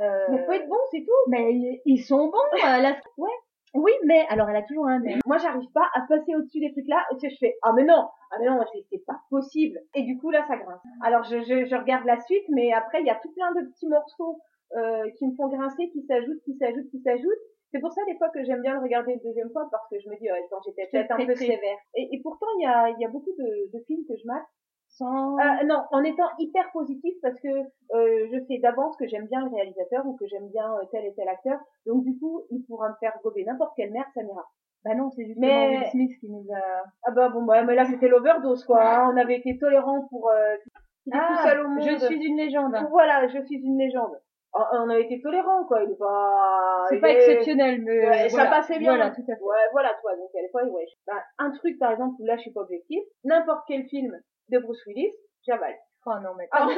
[SPEAKER 2] euh,
[SPEAKER 1] Mais faut être bon, c'est tout.
[SPEAKER 2] mais ils- ils sont bons, euh, la- ouais. Oui, mais alors elle a toujours un mais.
[SPEAKER 1] Moi, j'arrive pas à passer au-dessus des trucs là. parce que Je fais ah mais non, ah mais non, c'est- c'est pas possible. Et du coup là, ça grince. Alors je, je, je regarde la suite, mais après il y a tout plein de petits morceaux euh, qui me font grincer, qui s'ajoutent, qui s'ajoutent, qui s'ajoutent. C'est pour ça des fois que j'aime bien le regarder une deuxième fois parce que je me dis ouais, attends, j'étais peut-être un peu
[SPEAKER 2] traité.
[SPEAKER 1] sévère. Et, et pourtant il y a, il y a beaucoup de, de films que je mate.
[SPEAKER 2] Sans...
[SPEAKER 1] Euh, non, en étant hyper positif parce que euh, je sais d'avance que j'aime bien le réalisateur ou que j'aime bien euh, tel et tel acteur. Donc du coup, il pourra me faire gober n'importe quelle merde, ça m'ira.
[SPEAKER 2] Bah non, c'est justement
[SPEAKER 1] Mais-
[SPEAKER 2] Will Smith qui nous a...
[SPEAKER 1] Ah bah bon bah mais là c'était l'overdose quoi. hein. On avait été tolérants pour euh, qu'il est tout seul au monde.
[SPEAKER 2] Ah, je suis une légende.
[SPEAKER 1] Voilà, je suis une légende. Ah, On avait été tolérants quoi. Il est pas.
[SPEAKER 2] C'est
[SPEAKER 1] il
[SPEAKER 2] pas
[SPEAKER 1] est-
[SPEAKER 2] exceptionnel, mais...
[SPEAKER 1] Ah, Ouais,
[SPEAKER 2] euh, voilà.
[SPEAKER 1] Ça passait bien. hein.
[SPEAKER 2] Voilà, tout à fait.
[SPEAKER 1] Ouais, voilà toi. Donc à l'époque ouais. je- bah, un truc par exemple où là je suis pas objective. N'importe quel film de Bruce Willis, j'avale.
[SPEAKER 2] Oh non, mais...
[SPEAKER 1] Ah, non,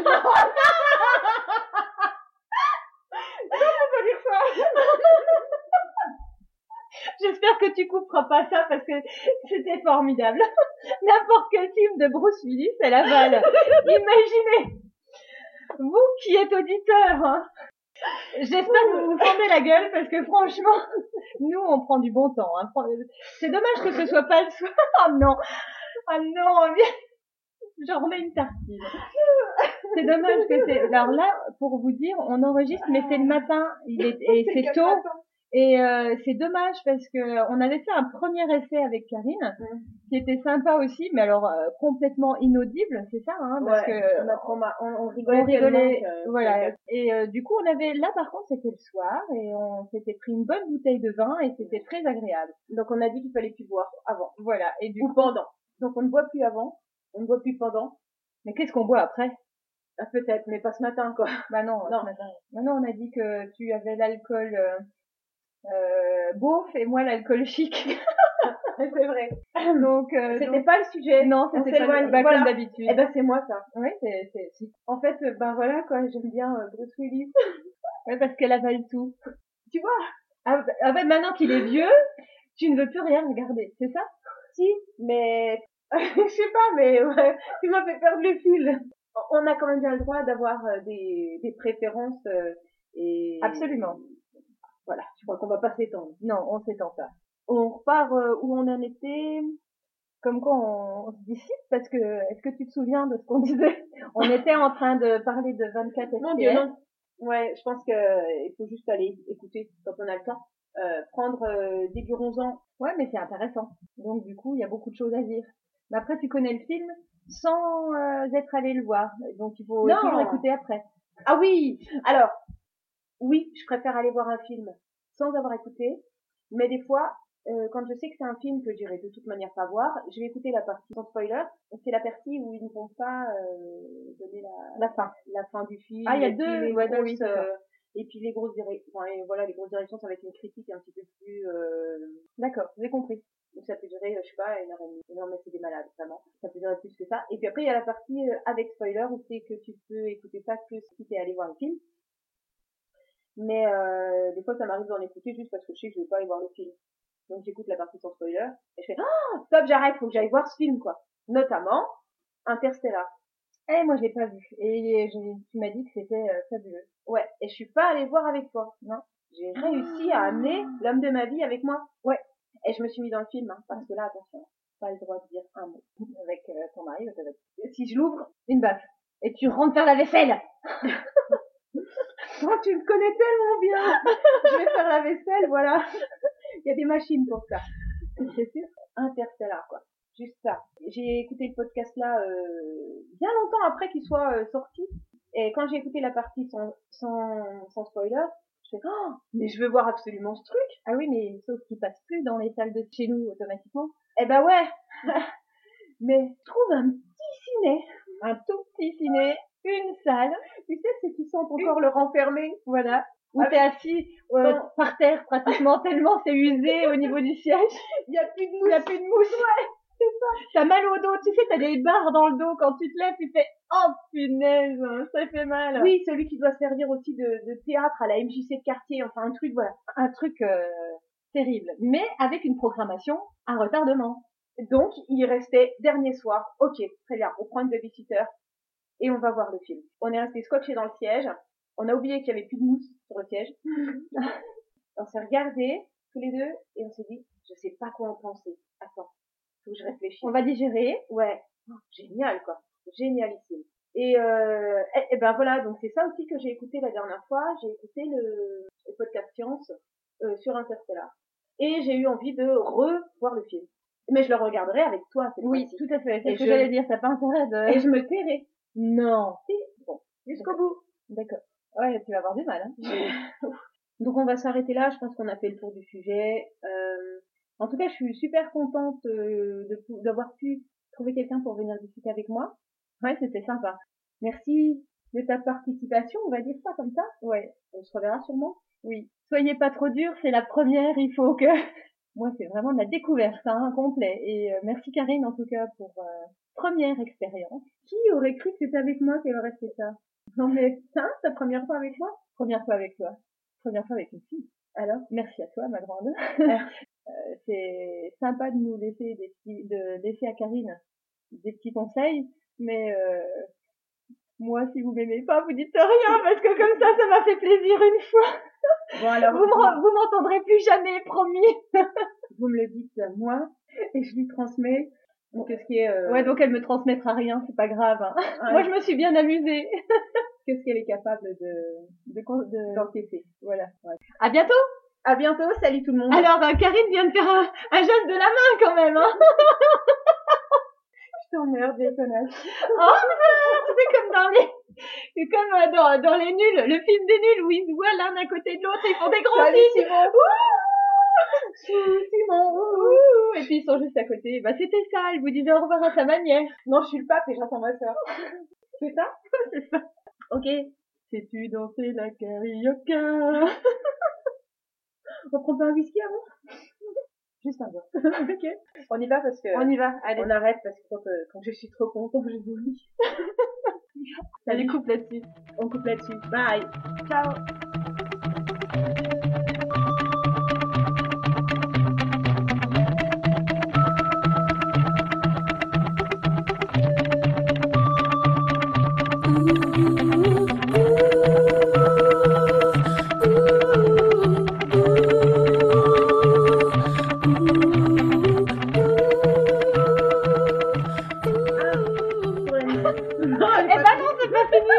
[SPEAKER 1] pas dire ça.
[SPEAKER 2] J'espère que tu couperas pas ça parce que c'était formidable. N'importe quel film de Bruce Willis, elle avale. Imaginez Vous qui êtes auditeur, hein, j'espère que vous vous fendez la gueule parce que franchement, nous on prend du bon temps. Ah hein. Prends- C'est dommage que ce soit pas le soir. Oh non Oh non J'en remets une tartine. C'est dommage que c'est. Alors là, pour vous dire, on enregistre, mais c'est le matin, il est et c'est tôt. Et euh, c'est dommage parce que on avait fait un premier essai avec Karine,
[SPEAKER 1] Mm.
[SPEAKER 2] qui était sympa aussi, mais alors euh, complètement inaudible, c'est ça, hein, parce que
[SPEAKER 1] on, a trop mar- on, on rigolait.
[SPEAKER 2] on rigolait,
[SPEAKER 1] tellement que-
[SPEAKER 2] voilà. Et euh, du coup, on avait là par contre, c'était le soir et on s'était pris une bonne bouteille de vin et c'était très agréable.
[SPEAKER 1] Donc on a dit qu'il fallait plus boire avant
[SPEAKER 2] Voilà. Et du
[SPEAKER 1] ou pendant. Donc on ne boit plus avant, on ne boit plus pendant.
[SPEAKER 2] mais qu'est-ce qu'on boit après
[SPEAKER 1] Ah, Peut-être, mais pas ce matin quoi.
[SPEAKER 2] Bah non,
[SPEAKER 1] Non.
[SPEAKER 2] ce matin. Bah non, on a dit que tu avais l'alcool euh, euh, beauf et moi l'alcool chic.
[SPEAKER 1] c'est vrai.
[SPEAKER 2] donc euh,
[SPEAKER 1] C'était
[SPEAKER 2] donc-
[SPEAKER 1] pas le sujet.
[SPEAKER 2] non,
[SPEAKER 1] on
[SPEAKER 2] c'était pas
[SPEAKER 1] s'éloigne,
[SPEAKER 2] bah, comme
[SPEAKER 1] voilà.
[SPEAKER 2] d'habitude.
[SPEAKER 1] Eh ben c'est moi ça.
[SPEAKER 2] Ouais, c'est c'est- c'est-
[SPEAKER 1] En fait, euh, ben voilà quoi, j'aime bien euh, Bruce Willis.
[SPEAKER 2] ouais, parce qu'elle avale tout.
[SPEAKER 1] Tu vois ben,
[SPEAKER 2] Ah, bah- ah ouais, maintenant qu'il est vieux, tu ne veux plus rien regarder, c'est ça
[SPEAKER 1] Si, mais je sais pas, mais ouais, tu m'as fait perdre le fil. On a quand même bien le droit d'avoir euh, des, des préférences euh, et
[SPEAKER 2] Absolument.
[SPEAKER 1] Voilà, je crois qu'on va pas s'étendre.
[SPEAKER 2] Non, on s'étend pas.
[SPEAKER 1] On repart euh, où on en était.
[SPEAKER 2] Comme quoi on, on se dissipe parce que est-ce que tu te souviens de ce qu'on disait On était en train de parler de 24
[SPEAKER 1] Mon
[SPEAKER 2] FPS.
[SPEAKER 1] Dieu, non. Ouais, je pense que euh, il faut juste aller écouter quand on a le temps. Euh, prendre euh, des gurons-en.
[SPEAKER 2] Ouais, mais c'est intéressant. Donc du coup, il y a beaucoup de choses à dire. Mais après, tu connais le film sans euh, être allé le voir. Donc il faut
[SPEAKER 1] Non.
[SPEAKER 2] toujours écouter après.
[SPEAKER 1] Ah oui Alors, oui, je préfère aller voir un film sans avoir écouté, mais des fois, euh, quand je sais que c'est un film que j'irai de toute manière pas voir, je vais écouter la partie sans spoiler. C'est la partie où ils ne vont pas euh, donner la,
[SPEAKER 2] La fin.
[SPEAKER 1] la fin du film.
[SPEAKER 2] Ah, il y a
[SPEAKER 1] et puis
[SPEAKER 2] deux-
[SPEAKER 1] les
[SPEAKER 2] ouais,
[SPEAKER 1] grosses,
[SPEAKER 2] oui, c'est ça.
[SPEAKER 1] euh, et puis les grosses directions, enfin, et voilà, les grosses directions, ça va être une critique un petit peu plus, euh,
[SPEAKER 2] D'accord, j'ai compris.
[SPEAKER 1] donc ça peut durer, euh, je sais pas, une heure et demie. Non, mais c'est des malades, vraiment. Ça peut durer plus que ça. Et puis après, il y a la partie euh, avec spoiler où c'est que tu peux écouter ça que si t'es allé voir le film. Mais euh, des fois, ça m'arrive d'en écouter juste parce que je sais que je vais pas aller voir le film. Donc j'écoute la partie sans spoiler et je fais ah stop, j'arrête, faut que j'aille voir ce film quoi. Notamment Interstellar.
[SPEAKER 2] Eh, moi, je l'ai pas vu. Et j'ai- tu m'as dit que c'était euh, fabuleux.
[SPEAKER 1] Ouais, et je suis pas allée voir avec toi.
[SPEAKER 2] Non.
[SPEAKER 1] J'ai réussi à amener l'homme de ma vie avec moi. Ouais. Et je me suis mis dans le film, hein, parce que là, attention, pas le droit de dire un mot.
[SPEAKER 2] Avec euh, ton mari, ou ta belle-
[SPEAKER 1] Si je l'ouvre,
[SPEAKER 2] une baffe. Et tu rentres faire la vaisselle.
[SPEAKER 1] Toi, tu me connais tellement bien. Je vais faire la vaisselle, voilà. Il y a des machines pour ça.
[SPEAKER 2] C'est sûr.
[SPEAKER 1] Interstellar, quoi. Juste ça. J'ai écouté le podcast là euh, bien longtemps après qu'il soit euh, sorti. Et quand j'ai écouté la partie sans, sans, sans spoiler, je fais oh, mais je veux voir absolument ce truc.
[SPEAKER 2] Ah oui, mais sauf qu'il passe plus dans les salles de chez nous automatiquement.
[SPEAKER 1] Eh ben ouais. mais je trouve un petit ciné.
[SPEAKER 2] Un tout petit ciné, une salle,
[SPEAKER 1] Tu sais, c'est qu'ils sentent encore le renfermer.
[SPEAKER 2] voilà. Où
[SPEAKER 1] Ah
[SPEAKER 2] t'es assis euh,
[SPEAKER 1] Non.
[SPEAKER 2] par terre pratiquement tellement c'est usé au niveau du siège.
[SPEAKER 1] Il y a plus de
[SPEAKER 2] Il
[SPEAKER 1] mousse.
[SPEAKER 2] n'y a plus de mousse. Ouais, c'est ça. T'as mal au dos, tu sais, t'as des barres dans le dos quand tu te lèves, tu fais oh punaise, ça fait mal.
[SPEAKER 1] Oui, celui qui doit servir aussi de, de théâtre à la MJC de quartier, enfin un truc, voilà.
[SPEAKER 2] un truc euh, terrible, mais avec une programmation à retardement.
[SPEAKER 1] Donc, il restait dernier soir. Ok, très bien, on prend une babysitter et on va voir le film. On est resté scotché dans le siège. On a oublié qu'il y avait plus de mousse sur le siège. on s'est regardés tous les deux et on s'est dit, je sais pas quoi en penser. Attends, faut que je réfléchisse.
[SPEAKER 2] On va digérer.
[SPEAKER 1] Ouais, génial quoi, génialissime. Et, euh, et, et ben voilà, donc c'est ça aussi que j'ai écouté la dernière fois. J'ai écouté le, le podcast Science euh, sur Interstellar et j'ai eu envie de revoir le film. Mais je le regarderai avec toi cette
[SPEAKER 2] Oui,
[SPEAKER 1] fois-ci.
[SPEAKER 2] tout à fait. C'est
[SPEAKER 1] Et
[SPEAKER 2] ce que
[SPEAKER 1] je-
[SPEAKER 2] j'allais dire, t'as pas intérêt de...
[SPEAKER 1] Et je me tairai
[SPEAKER 2] Non.
[SPEAKER 1] jusqu'au bout.
[SPEAKER 2] D'accord. Ouais, tu vas avoir du mal. Hein.
[SPEAKER 1] Donc on va s'arrêter là. Je pense qu'on a fait le tour du sujet. Euh, en tout cas, je suis super contente euh, de pou- d'avoir pu trouver quelqu'un pour venir discuter avec moi.
[SPEAKER 2] Ouais, c'était sympa.
[SPEAKER 1] Merci de ta participation. On va dire ça comme ça.
[SPEAKER 2] Ouais.
[SPEAKER 1] On se reverra sûrement.
[SPEAKER 2] Oui. Soyez pas trop durs, c'est la première, il faut que... Moi, c'est vraiment de la découverte, hein, complet. Et euh, merci Karine, en tout cas, pour euh, première expérience.
[SPEAKER 1] Qui aurait cru que c'était avec moi qu'elle aurait fait ça Non mais putain, c'est ta première fois avec moi
[SPEAKER 2] Première fois avec toi. Première fois avec une fille.
[SPEAKER 1] Alors
[SPEAKER 2] Merci à toi, ma grande. Euh, c'est sympa de nous laisser des petits, de laisser à Karine des petits conseils, mais euh, moi, si vous m'aimez pas, vous dites rien parce que comme ça, ça m'a fait plaisir une fois.
[SPEAKER 1] Bon alors,
[SPEAKER 2] Vous me- vous m'entendrez plus jamais, promis.
[SPEAKER 1] vous me le dites à moi et je lui transmets. Donc ce qui est, euh,
[SPEAKER 2] Ouais, donc elle me transmettra rien, c'est pas grave. hein.
[SPEAKER 1] ouais,
[SPEAKER 2] Moi, je me suis bien amusée.
[SPEAKER 1] qu'est-ce qu'elle est capable de
[SPEAKER 2] De con- de-
[SPEAKER 1] d'encaisser. Voilà. ouais.
[SPEAKER 2] À bientôt.
[SPEAKER 1] À bientôt, salut tout le monde.
[SPEAKER 2] Alors, euh, Karine vient de faire un, un geste de la main quand même. Hein.
[SPEAKER 1] je t'emmerde, détonnage.
[SPEAKER 2] Oh, C'est comme dans les, c'est comme euh, dans, dans les nuls, le film des nuls où ils se voient l'un à côté de l'autre, et ils font des grands
[SPEAKER 1] Salut
[SPEAKER 2] signes.
[SPEAKER 1] Simon.
[SPEAKER 2] Ouh, Simon, ouh, ouh, ouh. Et puis ils sont juste à côté. Bah c'était ça. Elle vous disait au revoir à sa manière.
[SPEAKER 1] Non, je suis le pape et j'attends ma sœur. C'est ça
[SPEAKER 2] Ok. Sais-tu danser la carioca
[SPEAKER 1] On prend pas un whisky avant
[SPEAKER 2] Juste un jour.
[SPEAKER 1] Ok. On y va parce que
[SPEAKER 2] On y va. Allez.
[SPEAKER 1] on arrête parce que quand, euh, quand je suis trop contente, je vomis.
[SPEAKER 2] Allez, coupe là-dessus.
[SPEAKER 1] On coupe là-dessus. Bye.
[SPEAKER 2] Ciao. Eh ben non, c'est pas fini.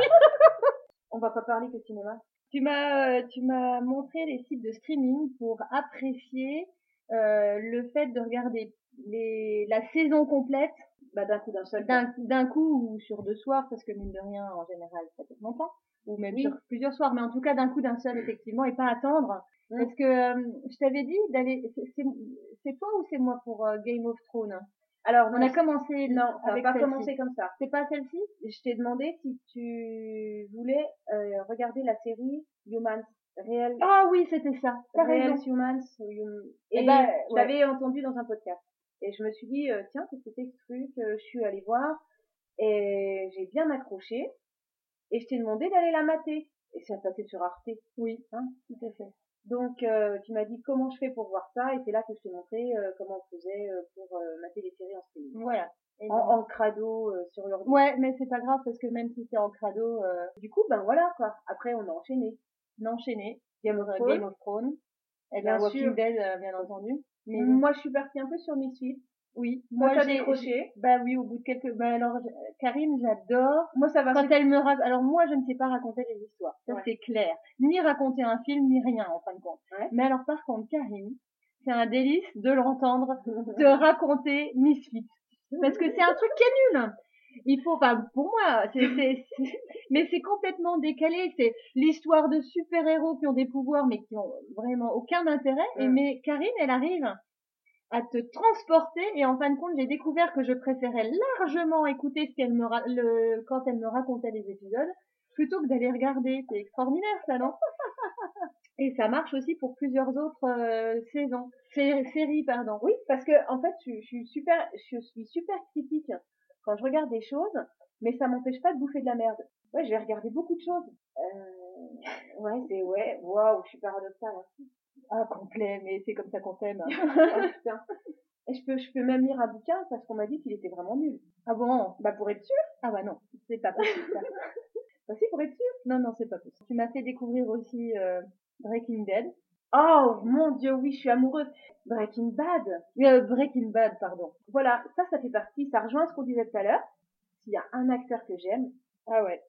[SPEAKER 1] On va pas parler que cinéma.
[SPEAKER 2] Tu m'as euh, tu m'as montré les sites de streaming pour apprécier euh, le fait de regarder les la saison complète
[SPEAKER 1] Bah d'un coup d'un seul.
[SPEAKER 2] d'un d'un coup ou sur deux soirs parce que mine de rien en général ça dure longtemps ou même
[SPEAKER 1] Oui.
[SPEAKER 2] sur plusieurs soirs mais en tout cas d'un coup d'un seul effectivement et pas attendre
[SPEAKER 1] Mm.
[SPEAKER 2] parce que euh, je t'avais dit d'aller c'est- c'est c'est toi ou c'est moi pour euh, Game of Thrones
[SPEAKER 1] Alors
[SPEAKER 2] on a commencé
[SPEAKER 1] non, on va
[SPEAKER 2] avec
[SPEAKER 1] pas
[SPEAKER 2] celle-ci.
[SPEAKER 1] commencer comme ça.
[SPEAKER 2] c'est pas celle-ci
[SPEAKER 1] Je t'ai demandé si tu voulais euh, regarder la série Humans, Real,
[SPEAKER 2] ah oui c'était ça t'as
[SPEAKER 1] Real
[SPEAKER 2] raison
[SPEAKER 1] Humans. ou Hum-
[SPEAKER 2] Eh
[SPEAKER 1] Et
[SPEAKER 2] ben,
[SPEAKER 1] je
[SPEAKER 2] ouais.
[SPEAKER 1] l'avais entendu dans un podcast. Et je me suis dit euh, tiens qu'est-ce que c'était ce truc Euh, Je suis allée voir et j'ai bien accroché. Et je t'ai demandé d'aller la mater. Et ça passait sur Arte.
[SPEAKER 2] oui
[SPEAKER 1] Hein
[SPEAKER 2] tout à fait
[SPEAKER 1] Donc euh, tu m'as dit comment je fais pour voir ça et c'est là que je t'ai montré euh, comment on faisait euh, pour euh, mater des séries en streaming.
[SPEAKER 2] voilà Et
[SPEAKER 1] En, en crado euh, sur l'ordi.
[SPEAKER 2] Ouais, mais c'est pas grave parce que même si c'est en crado, euh,
[SPEAKER 1] Du coup ben voilà quoi. Après on a enchaîné.
[SPEAKER 2] enchaîné
[SPEAKER 1] Game
[SPEAKER 2] sur
[SPEAKER 1] of
[SPEAKER 2] euh,
[SPEAKER 1] Thrones.
[SPEAKER 2] Game of Thrones, et
[SPEAKER 1] Bien
[SPEAKER 2] bien Walking
[SPEAKER 1] sûr.
[SPEAKER 2] Dead, euh, bien entendu. Mais
[SPEAKER 1] Moi je suis partie un peu sur mes suites.
[SPEAKER 2] oui,
[SPEAKER 1] Moi
[SPEAKER 2] moi
[SPEAKER 1] t'as
[SPEAKER 2] j'ai
[SPEAKER 1] décroché.
[SPEAKER 2] Bah oui, au bout de quelques. Bah alors, j- euh, Karine, j'adore
[SPEAKER 1] Moi ça va.
[SPEAKER 2] quand elle me raconte. Alors moi, je ne sais pas raconter des histoires, ça
[SPEAKER 1] Ouais.
[SPEAKER 2] c'est clair. Ni raconter un film, ni rien en fin de compte.
[SPEAKER 1] Ouais.
[SPEAKER 2] Mais alors par contre, Karine, c'est un délice de l'entendre te raconter Misfits. Parce que c'est un truc qui est nul. Il faut, enfin, pour moi, c'est, c'est- c'est- mais c'est complètement décalé. C'est l'histoire de super-héros qui ont des pouvoirs, mais qui ont vraiment aucun intérêt. Et
[SPEAKER 1] Mm.
[SPEAKER 2] mais Karine, elle arrive à te transporter. Et en fin de compte, j'ai découvert que je préférais largement écouter ce qu'elle me, ra- le, quand elle me racontait les épisodes, plutôt que d'aller regarder. C'est extraordinaire, ça, non? Et ça marche aussi pour plusieurs autres euh, saisons, sé- séries, pardon.
[SPEAKER 1] Oui parce que en fait je, je suis super, je suis super critique quand je regarde des choses, mais ça m'empêche pas de bouffer de la merde. Ouais je vais regarder beaucoup de choses. Euh, ouais c'est ouais waouh je suis paradoxale. hein.
[SPEAKER 2] Ah, complet, mais c'est comme ça qu'on t'aime.
[SPEAKER 1] Oh, putain. Et je peux, je peux même lire un bouquin parce qu'on m'a dit qu'il était vraiment nul.
[SPEAKER 2] ah bon
[SPEAKER 1] Bah pour être sûr.
[SPEAKER 2] Ah bah non, c'est pas possible. ça.
[SPEAKER 1] Bah si, pour être sûr.
[SPEAKER 2] Non, non, c'est pas possible. Tu m'as fait découvrir aussi euh, Breaking Dead.
[SPEAKER 1] Oh mon dieu, oui, je suis amoureuse. Breaking Bad.
[SPEAKER 2] Euh, Breaking Bad, pardon.
[SPEAKER 1] Voilà, ça, ça fait partie, ça rejoint ce qu'on disait tout à l'heure. S'il y a un acteur que j'aime,
[SPEAKER 2] Ah ouais.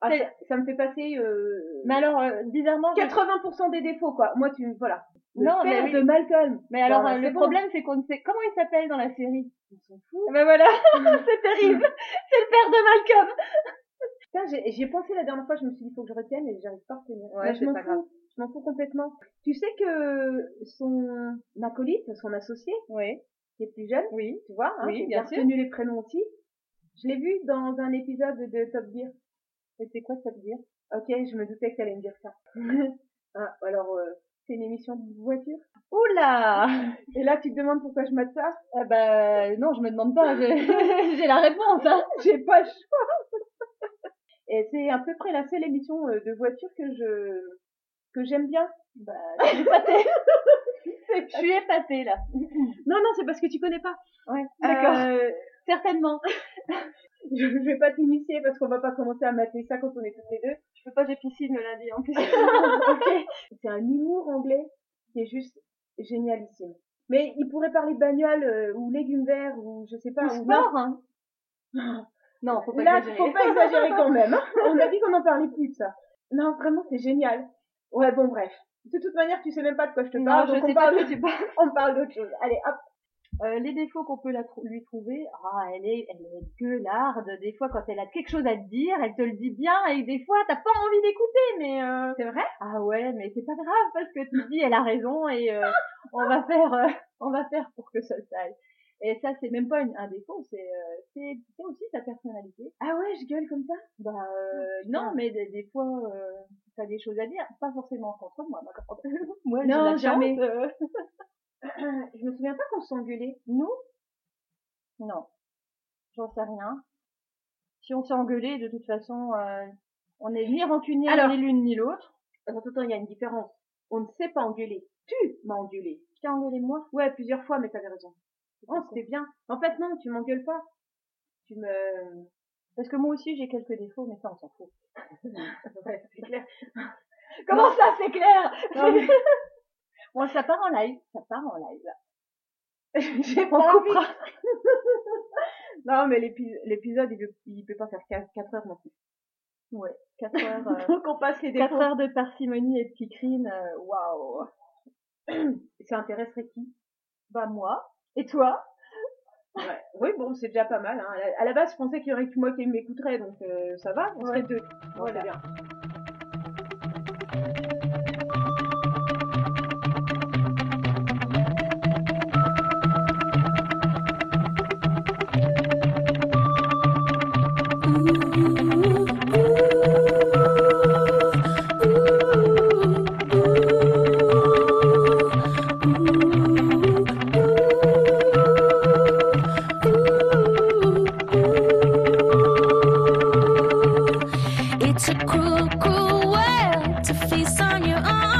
[SPEAKER 1] ah,
[SPEAKER 2] C'est-
[SPEAKER 1] ça, ça me fait passer euh,
[SPEAKER 2] Mais alors, euh, bizarrement... je-
[SPEAKER 1] 80% des défauts, quoi. Moi, tu, voilà. Le
[SPEAKER 2] Non,
[SPEAKER 1] père
[SPEAKER 2] mais oui.
[SPEAKER 1] de Malcolm.
[SPEAKER 2] Mais alors,
[SPEAKER 1] Voilà,
[SPEAKER 2] euh,
[SPEAKER 1] c'est
[SPEAKER 2] le
[SPEAKER 1] bon.
[SPEAKER 2] problème, c'est qu'on ne sait... Comment il s'appelle dans la série
[SPEAKER 1] On s'en fout.
[SPEAKER 2] Ben voilà, c'est terrible. c'est le père de Malcolm.
[SPEAKER 1] Putain, j'ai- j'y ai pensé la dernière fois, je me suis dit, faut que je retienne et j'arrive pas à retenir.
[SPEAKER 2] Ouais,
[SPEAKER 1] Mais
[SPEAKER 2] c'est
[SPEAKER 1] je m'en
[SPEAKER 2] pas
[SPEAKER 1] fous.
[SPEAKER 2] grave.
[SPEAKER 1] Je m'en fous complètement. Tu sais que son acolyte, son associé,
[SPEAKER 2] Oui,
[SPEAKER 1] qui est plus jeune,
[SPEAKER 2] oui.
[SPEAKER 1] tu vois, hein,
[SPEAKER 2] Oui,
[SPEAKER 1] j'ai
[SPEAKER 2] bien
[SPEAKER 1] bien retenu les prénoms aussi. Je l'ai vu dans un épisode de Top Gear.
[SPEAKER 2] C'était quoi ça veut dire
[SPEAKER 1] Ok, je me doutais que t'allais me dire ça. Ah, alors, euh, c'est une émission de voiture.
[SPEAKER 2] Oula
[SPEAKER 1] Et là, tu te demandes pourquoi je mate ça
[SPEAKER 2] Ah bah non, je me demande pas. je- J'ai la réponse, hein.
[SPEAKER 1] J'ai pas le choix. Et c'est à peu près la seule émission euh, de voiture que je que j'aime bien.
[SPEAKER 2] Bah, je suis épatée. Je suis épatée, là.
[SPEAKER 1] Non, non, c'est parce que tu connais pas.
[SPEAKER 2] Ouais, d'accord.
[SPEAKER 1] Euh,
[SPEAKER 2] Certainement.
[SPEAKER 1] je, je vais pas t'initier parce qu'on va pas commencer à mater ça quand on est toutes les deux.
[SPEAKER 2] Je peux pas, j'ai piscine le lundi en plus.
[SPEAKER 1] Ok. C'est un humour anglais qui est juste génialissime. Mais il pourrait parler bagnole euh, ou légumes verts ou je sais pas.
[SPEAKER 2] Ou
[SPEAKER 1] ou
[SPEAKER 2] sport, hein. Non, faut pas
[SPEAKER 1] Là,
[SPEAKER 2] exagérer.
[SPEAKER 1] faut pas exagérer quand même. hein. On a dit qu'on en parlait plus de ça. Non, vraiment, c'est génial. Ouais, bon, bref. De toute manière, tu sais même pas de quoi je te
[SPEAKER 2] Non,
[SPEAKER 1] parle,
[SPEAKER 2] je
[SPEAKER 1] donc on
[SPEAKER 2] sais pas,
[SPEAKER 1] parle,
[SPEAKER 2] je sais pas.
[SPEAKER 1] on parle d'autre chose. Allez, hop.
[SPEAKER 2] Euh, les défauts qu'on peut la trou- lui trouver, ah, elle est, elle est gueularde. Des fois, quand elle a quelque chose à te dire, elle te le dit bien, et des fois, t'as pas envie d'écouter, mais euh,
[SPEAKER 1] C'est vrai
[SPEAKER 2] ah ouais, mais c'est pas grave parce que tu te dis, elle a raison et euh, on va faire, euh, on va faire pour que ça s'aille. Et ça, c'est même pas une- un défaut, c'est, euh, c'est, c'est aussi sa personnalité.
[SPEAKER 1] Ah ouais, je gueule comme ça Oh,
[SPEAKER 2] Bah euh,
[SPEAKER 1] putain.
[SPEAKER 2] non, mais des, des fois, euh, t'as des choses à dire, pas forcément contre moi. ma contre- moi, j'ai
[SPEAKER 1] Non,
[SPEAKER 2] la chance,
[SPEAKER 1] jamais.
[SPEAKER 2] euh,
[SPEAKER 1] Je me souviens pas qu'on s'engueulait.
[SPEAKER 2] Nous Non. J'en sais rien. Si on s'est engueulé, de toute façon, euh, on n'est ni rancunier
[SPEAKER 1] Alors-
[SPEAKER 2] ni l'une ni l'autre.
[SPEAKER 1] Attends, attends, il y a une différence. On ne sait pas engueuler. Tu m'as engueulé.
[SPEAKER 2] Je t'ai engueulé moi
[SPEAKER 1] Ouais, plusieurs fois, mais t'avais raison. Oh, c'était bien. En fait, non, tu m'engueules pas. Tu me...
[SPEAKER 2] Parce que moi aussi j'ai quelques défauts, mais ça on s'en fout.
[SPEAKER 1] Ouais, c'est clair.
[SPEAKER 2] Comment ça c'est clair
[SPEAKER 1] Non, mais-
[SPEAKER 2] Bon ça part en live, ça part en live.
[SPEAKER 1] J'ai
[SPEAKER 2] On
[SPEAKER 1] pas envie.
[SPEAKER 2] coupera.
[SPEAKER 1] Non, mais l'épi- l'épisode, il, peut- il peut pas faire 4, heures non plus.
[SPEAKER 2] Ouais, 4 heures, euh,
[SPEAKER 1] Donc on passe les
[SPEAKER 2] quatre
[SPEAKER 1] défauts.
[SPEAKER 2] heures de parcimonie et de picrine, euh, waouh.
[SPEAKER 1] Ça intéresserait qui
[SPEAKER 2] Bah moi, et toi
[SPEAKER 1] ouais. Oui, bon, c'est déjà pas mal. Hein. À la- À la base, je pensais qu'il y aurait que moi qui m'écouterais, donc euh, ça va, on serait deux. Non,
[SPEAKER 2] Voilà.
[SPEAKER 1] c'est bien.
[SPEAKER 3] It's a cruel, cruel world to feast on your own.